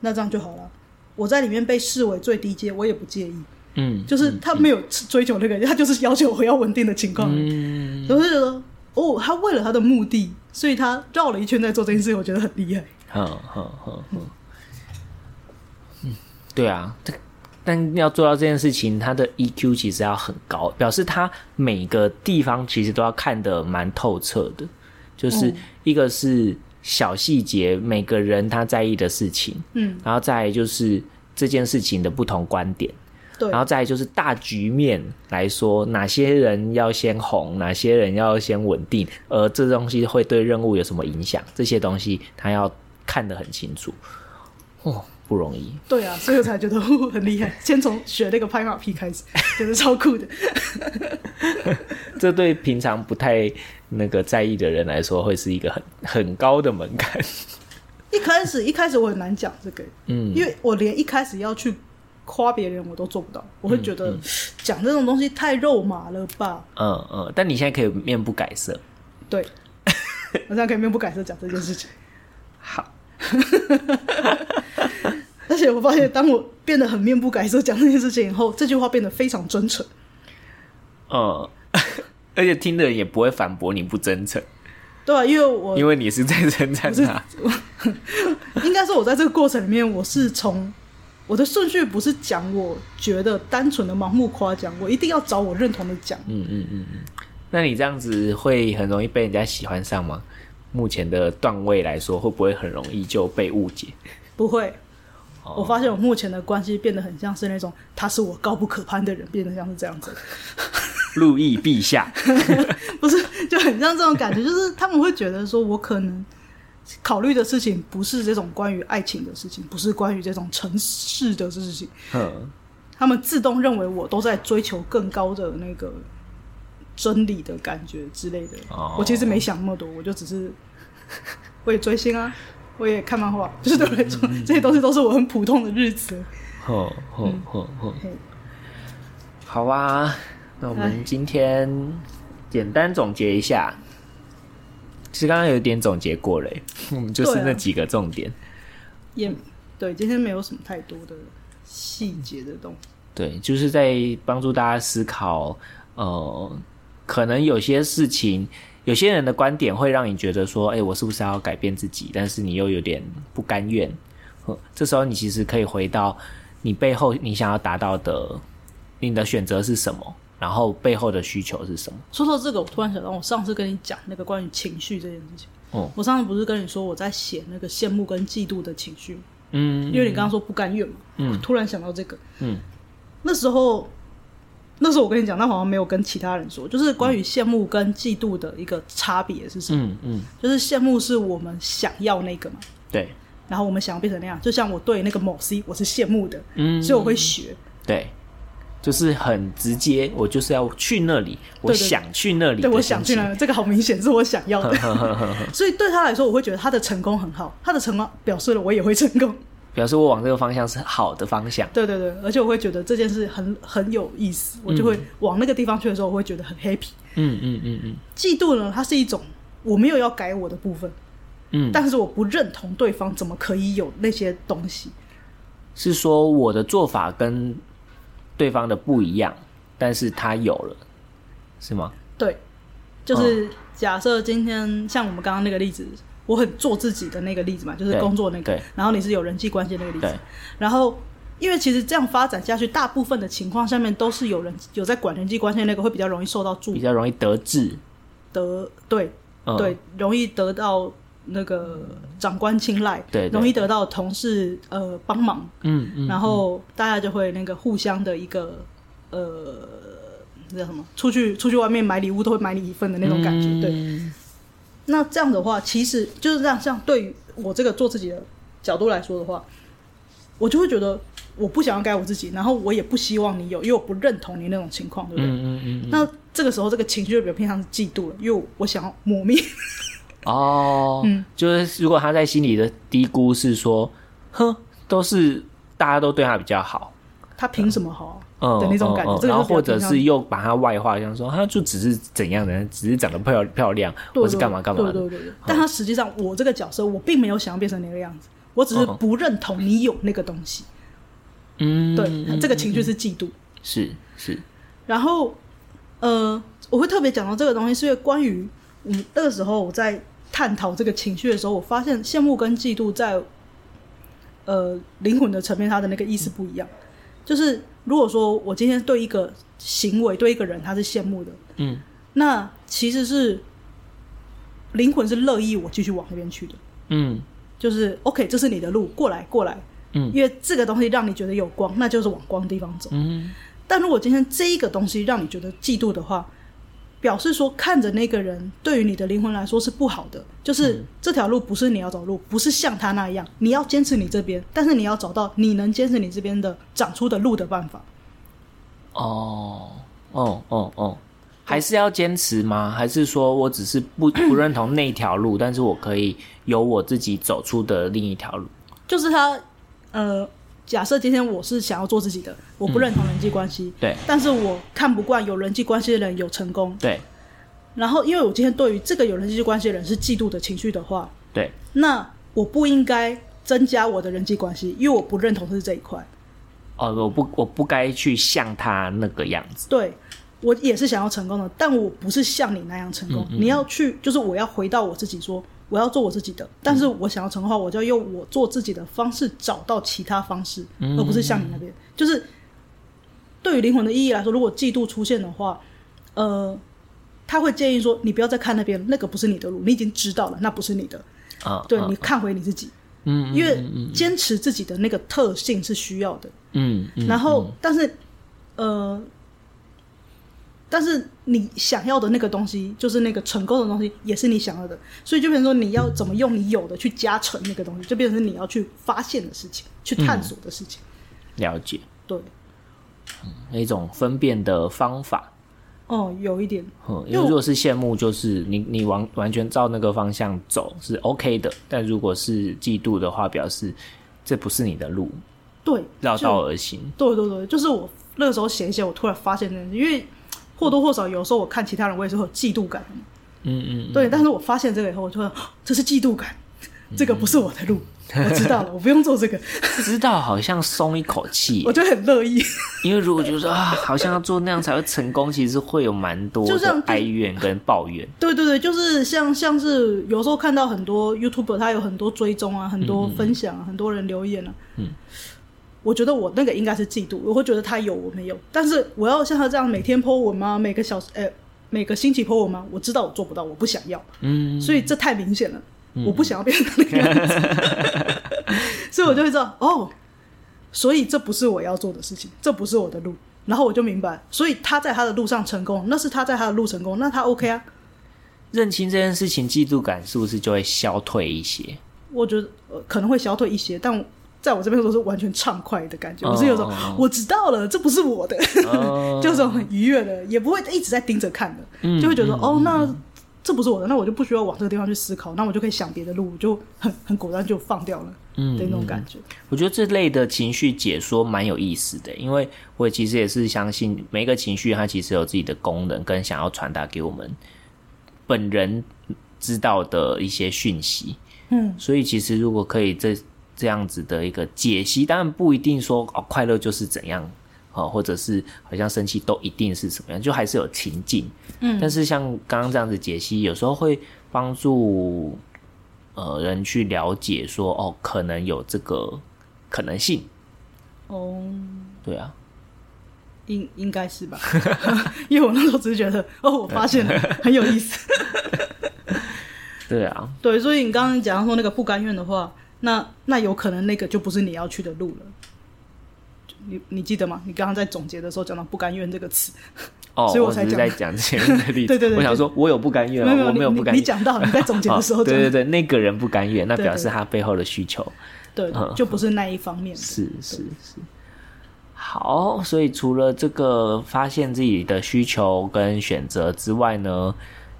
A: 那这样就好了。我在里面被视为最低阶，我也不介意，
B: 嗯
A: 就是他没有追求那个，他就是要求我要稳定的情况而已。
B: 嗯，
A: 我就觉得，哦，他为了他的目的，所以他绕了一圈在做这件事，我觉得很厉害。
B: 好好好，嗯，对啊，这但要做到这件事情，他的 EQ 其实要很高，表示他每个地方其实都要看得蛮透彻的，就是一个是小细节，每个人他在意的事情，
A: 嗯，
B: 然后再来就是这件事情的不同观点，
A: 对
B: 然，后再来就是大局面来说，哪些人要先红，哪些人要先稳定，而这东西会对任务有什么影响，这些东西他要看得很清楚。哦，不容易。
A: 对啊，所以我才觉得哦很厉害。先从学那个拍马屁开始，觉得超酷的。
B: 这对平常不太那个在意的人来说，会是一个很 <laughs> 很高的门槛。
A: 一开始一开始我很难讲这个，
B: 嗯
A: 因为我连一开始要去夸别人我都做不到，我会觉得讲这种东西太肉麻了吧？
B: <laughs> 嗯嗯，但你现在可以面不改色。
A: 对， <laughs> 我现在可以面不改色讲这件事情。
B: 好，
A: <laughs> 而且我发现，当我变得很面不改色讲这件事情以后，这句话变得非常真诚。
B: 嗯， <laughs> 而且听的人也不会反驳你不真诚，
A: 对啊，因为我
B: 因为你是在称赞他。
A: 应该说，我在这个过程里面，我是从我的顺序不是讲我觉得单纯的盲目夸奖，我一定要找我认同的讲。
B: 嗯嗯嗯嗯，那你这样子会很容易被人家喜欢上吗？目前的段位来说，会不会很容易就被误解？ <laughs>
A: 不会，
B: 哦
A: 我发现我目前的关系变得很像是那种他是我高不可攀的人，变得像是这样子， <laughs>
B: 路易陛 <laughs> 下，
A: 不是就很像这种感觉， <laughs> 就是他们会觉得说我可能考虑的事情不是这种关于爱情的事情，不是关于这种城市的事情，
B: 嗯
A: 他们自动认为我都在追求更高的那个真理的感觉之类的。
B: 哦
A: 我其实没想那么多，我就只是 <laughs> 我也追星啊，我也看漫画，就是对我来说，这些东西都是我很普通的日子。
B: 哼哼哼哼
A: 嘿，
B: 嗯好啊，那我
A: 哎
B: 们今天简单总结一下。其实刚刚有点总结过了耶，欸我们就是
A: 对啊
B: 那几个重点。
A: 也对，今天没有什么太多的细节的东西。
B: 对，就是在帮助大家思考，呃，可能有些事情，有些人的观点会让你觉得说，哎、我是不是要改变自己？但是你又有点不甘愿，呃这时候你其实可以回到你背后你想要达到的，你的选择是什么，然后背后的需求是什么？
A: 说到这个，我突然想到，我上次跟你讲那个关于情绪这件事情。
B: 哦
A: 我上次不是跟你说我在写那个羡慕跟嫉妒的情绪吗？
B: 嗯
A: 因为你刚刚说不甘愿嘛，
B: 嗯
A: 我突然想到这个，
B: 嗯，
A: 那时候，那时候我跟你讲，但好像没有跟其他人说，就是关于羡慕跟嫉妒的一个差别是什么？
B: 嗯嗯，
A: 就是羡慕是我们想要那个嘛，
B: 对，
A: 然后我们想要变成那样，就像我对那个某 C 我是羡慕的，
B: 嗯
A: 所以我会学，
B: 对。就是很直接，我就是要去那里，我
A: 对对对
B: 想去那里的心情。
A: 对我想去哪，这个好明显是我想
B: <laughs>
A: 要的， <laughs>
B: 呵呵呵呵
A: 所以对他来说，我会觉得他的成功很好，他的成功表示了我也会成功，
B: 表示我往这个方向是好的方向。
A: 对对对，而且我会觉得这件事很很有意思，我就会往那个地方去的时候，我会觉得很 happy。
B: 嗯嗯嗯嗯
A: 嫉妒呢，它是一种我没有要改我的部分，
B: 嗯，
A: 但是我不认同对方怎么可以有那些东西。
B: 是说我的做法跟对方的不一样，但是他有了，是吗？
A: 对，
B: 哦
A: 就是假设今天像我们刚刚那个例子，我很做自己的那个例子嘛，就是
B: 对
A: 工作那个
B: 对，
A: 然后你是有人际关系那个例子
B: 对，，
A: 然后。因为其实这样发展下去，大部分的情况下面都是有人有在管人际关系，那个会比较容易受到注
B: 比较容易得志。
A: 得对
B: 嗯、
A: 对，容易得到那个长官青睐，
B: 对对
A: 容易得到同事呃帮忙，
B: 嗯嗯，
A: 然后大家就会那个互相的一个呃，那叫什么？出去出去外面买礼物都会买你一份的那种感觉。对，
B: 嗯
A: 那这样的话，其实就是这样，像对于我这个做自己的角度来说的话，我就会觉得我不想要改我自己，然后我也不希望你有，因为我不认同你那种情况，对不对？
B: 嗯嗯嗯，
A: 那这个时候，这个情绪就比较偏向是嫉妒了，因为我想要抹
B: <laughs>
A: 灭
B: 哦，
A: 嗯
B: 就是如果他在心里的低估是说，哼，都是大家都对他比较好，
A: 他凭什么好啊、
B: 嗯
A: 的那种感觉
B: 嗯嗯
A: 这个就比较
B: 然后或者
A: 偏
B: 是
A: 向
B: 又把他外化，像说他就只是怎样的，只是长得漂漂亮，
A: 对
B: 或是干嘛干嘛
A: 对
B: 的，
A: 对对对。但他实际上，我这个角色，我并没有想要变成那个样子，我只是
B: 嗯
A: 不认同你有那个东西。
B: 嗯，
A: 对，这个情绪是嫉妒。
B: 是是，
A: 然后，呃，我会特别讲到这个东西，是因为关于我们那个时候我在探讨这个情绪的时候，我发现羡慕跟嫉妒在呃灵魂的层面，它的那个意思不一样。就是如果说我今天对一个行为、对一个人，他是羡慕的，
B: 嗯
A: 那其实是灵魂是乐意我继续往那边去的。
B: 嗯
A: 就是 OK，这是你的路，过来过来，
B: 嗯
A: 因为这个东西让你觉得有光，那就是往光的地方走。
B: 嗯
A: 但如果今天这一个东西让你觉得嫉妒的话，表示说看着那个人对于你的灵魂来说是不好的，就是这条路不是你要走的路，不是像他那样，你要坚持你这边，但是你要找到你能坚持你这边的长出的路的办法。
B: 哦哦哦哦，还是要坚持吗？还是说我只是不不认同那条路，但是我可以有我自己走出的另一条路？
A: 就是他，呃，假设今天我是想要做自己的，我不认同人际关系，
B: 对
A: 但是我看不惯有人际关系的人有成功，
B: 对
A: 然后，因为我今天对于这个有人际关系的人是嫉妒的情绪的话，
B: 对，
A: 那我不应该增加我的人际关系，因为我不认同是这一块。
B: 哦，我不我不该去像他那个样子。
A: 对我也是想要成功的，但我不是像你那样成功。你要去，就是我要回到我自己说我要做我自己的，但是我想要成功的话，我就要用我做自己的方式找到其他方式，而不是像你那边。就是对于灵魂的意义来说，如果嫉妒出现的话，呃。他会建议说：“你不要再看那边，那个不是你的路，你已经知道了，那不是你的。
B: 啊，
A: 对
B: 啊
A: 你看回你自己，
B: 嗯
A: 因为坚持自己的那个特性是需要的。
B: 嗯嗯，
A: 然后，但是，呃，但是你想要的那个东西，就是那个成功的东西，也是你想要的，所以就变成说你要怎么用你有的去加成那个东西，就变成你要去发现的事情，去探索的事情。
B: 嗯了解
A: 对，
B: 那种分辨的方法。
A: 哦，有一点，
B: 嗯，
A: 因
B: 因
A: 为
B: 为
A: 我
B: 如果是羡慕，就是你你完完全照那个方向走是 OK 的，但如果是嫉妒的话，表示这不是你的路，
A: 对，
B: 绕
A: 就
B: 道而行。
A: 对对对，就是我那个时候写一写，我突然发现那件事，因为或多或少有时候我看其他人，我也是会有嫉妒感的嘛。
B: 嗯嗯，
A: 对，但是我发现这个以后，我就会这是嫉妒感， <gasps> 这个不是我的路，
B: 嗯
A: 我知道了，我不用做这个，
B: 知道好像松一口气
A: <laughs> 我，就很乐意。
B: 因为如果就说啊，好像要做那样才会成功，其实会有蛮多
A: 就像就
B: 的哀怨跟抱怨。
A: 对对对，就是像像是有时候看到很多 YouTuber，他有很多追踪啊，很
B: 嗯
A: 多分享啊，很多人留言啊。嗯，我觉得我那个应该是嫉妒，我会觉得他有我没有，但是我要像他这样每天 po 文吗？每个小时，呃，每个星期 po 文吗？我知道我做不到，我不想要，
B: 嗯，
A: 所以这太明显了，我不想要变成那个样子，
B: <laughs>
A: 所以我就会知道哦，所以这不是我要做的事情，这不是我的路。然后我就明白，所以他在他的路上成功，那是他在他的路成功，那他 OK 啊。
B: 认清这件事情，嫉妒感是不是就会消退一些？
A: 我觉得、呃、可能会小腿一些，但在我这边都是完全畅快的感觉。
B: 哦
A: 我是有种
B: 哦哦
A: 我知道了，这不是我的，
B: 哦
A: <laughs>
B: 嗯
A: 就这种很愉悦的，也不会一直在盯着看的，就会觉得、哦，那这不是我的，那我就不需要往这个地方去思考，那我就可以想别的路，我就很很果断就放掉了。嗯的那种感觉。
B: 我觉得这类的情绪解说蛮有意思的，因为我其实也是相信每一个情绪它其实有自己的功能，跟想要传达给我们本人知道的一些讯息。
A: 嗯，
B: 所以其实如果可以这这样子的一个解析，当然不一定说哦快乐就是怎样哦，或者是好像生气都一定是什么样，就还是有情境。嗯，但是像刚刚这样子解析，有时候会帮助呃人去了解说哦，可能有这个可能性。
A: 哦，
B: 对啊，
A: 应应该是吧， <laughs> 因为我那时候只是觉得，哦，我发现
B: <laughs>
A: 了，很有意思。
B: 对啊，
A: 对，所以你刚刚讲说那个不甘愿的话，那那有可能那个就不是你要去的路了。就你你记得吗？你刚刚在总结的时候讲到“不甘愿”这个词，
B: 哦，
A: 所以我
B: 我只
A: 才
B: 是
A: 讲
B: 在讲前面的例
A: <laughs>
B: 子。
A: 对对对
B: 我想说，我有不甘愿
A: 没
B: 吗，
A: 有
B: 啊我没有
A: 你
B: 不甘
A: 你
B: 愿。
A: 讲到你在总
B: <laughs>
A: 结的时候
B: 哦
A: 讲
B: 对
A: 到，
B: 对对，那个人不甘愿，那
A: 对
B: 表
A: 对
B: 示他背后的需求。
A: 对
B: 嗯
A: 就不是那一方面的。
B: 是是是。好，所以除了这个发现自己的需求跟选择之外呢，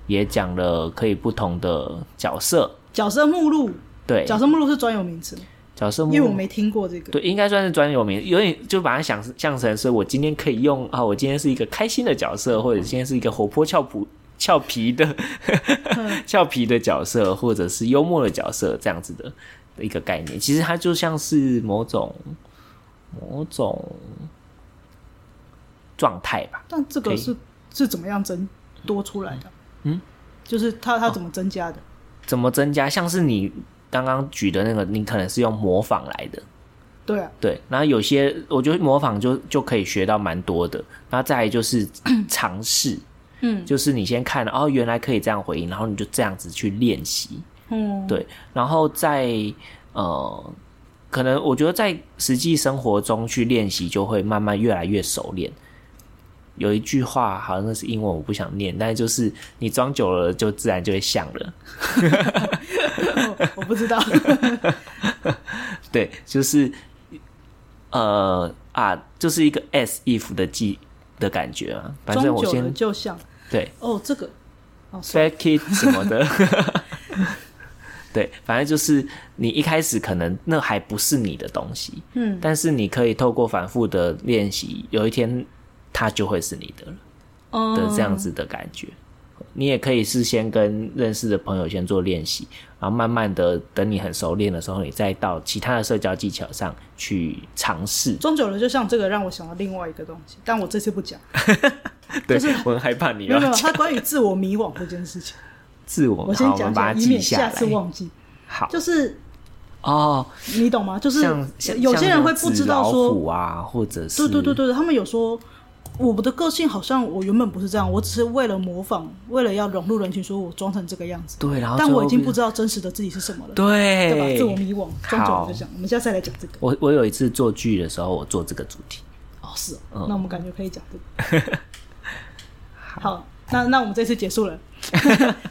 B: 也讲了可以不同的角色，
A: 角色目录，
B: 对，
A: 角色目录是专有名词吗，
B: 角色目
A: 因为我没听过这个。
B: 对，应该算是专有名，有点就把它想象成是我今天可以用啊，我今天是一个开心的角色，或者今天是一个活泼俏朴俏皮的 <laughs> 俏皮的角色，或者是幽默的角色这样子的一个概念。其实它就像是某种某种状态吧。
A: 但这
B: 可
A: 个
B: 以
A: 是是怎么样增多出来的？
B: 嗯，哦
A: 就是它它怎么增加的？
B: 怎么增加？像是你刚刚举的那个，你可能是用模仿来的，
A: 对啊，
B: 对，然后有些我觉得模仿就就可以学到蛮多的，然后再来就是
A: <clears throat>
B: 尝试，
A: 嗯，
B: 就是你先看哦，原来可以这样回应，然后你就这样子去练习，
A: 嗯，
B: 对，然后在呃，可能我觉得在实际生活中去练习，就会慢慢越来越熟练。有一句话好像是英文，我不想念，但是就是你装久了，就自然就会像了。
A: 我我不知道。
B: 对，就是呃啊，就是一个 as if 的记的感觉啊。 <laughs> 反正
A: 装 <laughs>
B: 我
A: 久了
B: 先
A: 就像
B: 对
A: 哦，这个
B: fake it 什么的， <laughs> 对，反正就是你一开始可能那还不是你的东西，
A: 嗯，
B: 但是你可以透过反复的练习，有一天它就会是你的了的
A: 嗯，
B: 这样子的感觉。你也可以事先跟认识的朋友先做练习，然后慢慢的等你很熟练的时候，你再到其他的社交技巧上去尝试。
A: 装久了就像这个，让我想到另外一个东西，但我这次不讲。
B: 对，
A: 就是
B: 我很害怕
A: 没
B: 你
A: 有
B: 要
A: 没有，它关于自我迷惘这件事情，
B: 自我，
A: 我先
B: 好
A: 讲讲
B: 们把，它
A: 以
B: 记
A: 免
B: 下
A: 下次
B: 来。
A: 忘记。
B: 好
A: 就是
B: 哦，
A: 你懂吗？就是
B: 像像
A: 嗯有些人会不知道
B: 像那种纸老
A: 说
B: 虎，啊，或者是
A: 对对对对，他们有说我们的个性好像我原本不是这样，我只是为了模仿，为了要融入人群，所以我装成这个样子。
B: 对然后
A: 但
B: 最
A: 我
B: 后
A: 已经
B: 变
A: 不知道真实的自己是什么了，
B: 对
A: 对吧？自我迷惘，装久了就这样。我们下次再来讲这个。
B: 我我有一次做剧的时候，我做这个主
A: <laughs>
B: 题，
A: 哦，是哦，那我们感觉可以讲这个。好，那那我们这次结束了，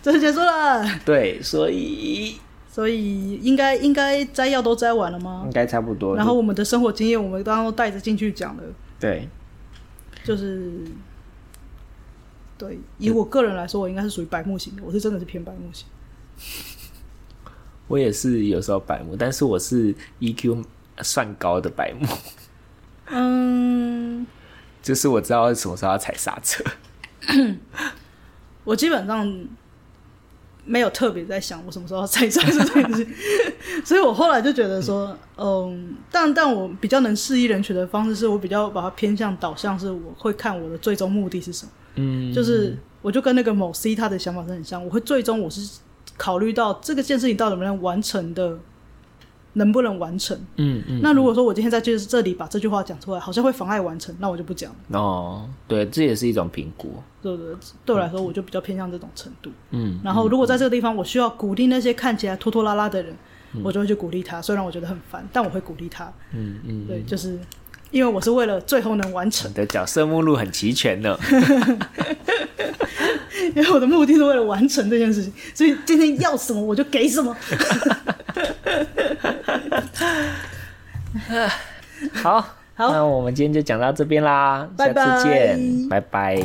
A: 这次结束了，
B: 对，所以
A: 所以应该应该摘要都摘完了吗
B: 应？该差不多。
A: 嗯然后我们的生活经验，我们刚刚都带着进去讲了，
B: 对，
A: 就是对，以我个人来说，我应该是属于白目型的，我是真的是偏白目型。
B: 我也是有时候白目，但是我是 EQ 算高的白目， <laughs>
A: 嗯，
B: 就是我知道什么时候要踩刹车。
A: 我基本上没有特别在想我什么时候要再上这件事 <laughs> 情，所以我后来就觉得说，嗯，但但我比较能适应人群的方式，是我比较把它偏向导向，是我会看我的最终目的是什么，
B: 嗯，
A: 就是我就跟那个某 C 他的想法是很像，我会最终我是考虑到这个件事情到底能不能完成的。能不能完成？
B: 嗯嗯。
A: 那如果说我今天在这这里把这句话讲出来，好像会妨碍完成，那我就不讲了。
B: <laughs> 哦，对，这也是一种评估。
A: 对对，对对我来说，我就比较偏向这种程度。
B: 嗯，
A: 然后如果在这个地方我需要鼓励那些看起来拖拖拉拉的人，我就会去鼓励他。虽然我觉得很烦，但我会鼓励他。
B: 嗯嗯，
A: 对，就是因为我是为了最后能完成
B: 你，的角色目录很齐全呢。
A: 因为我的目的是为了完成这件事情，所以今天要什么我就给什么。
B: 好，
A: 好
B: 那我们今天就讲到这边啦，
A: 拜拜
B: 下次见，拜拜。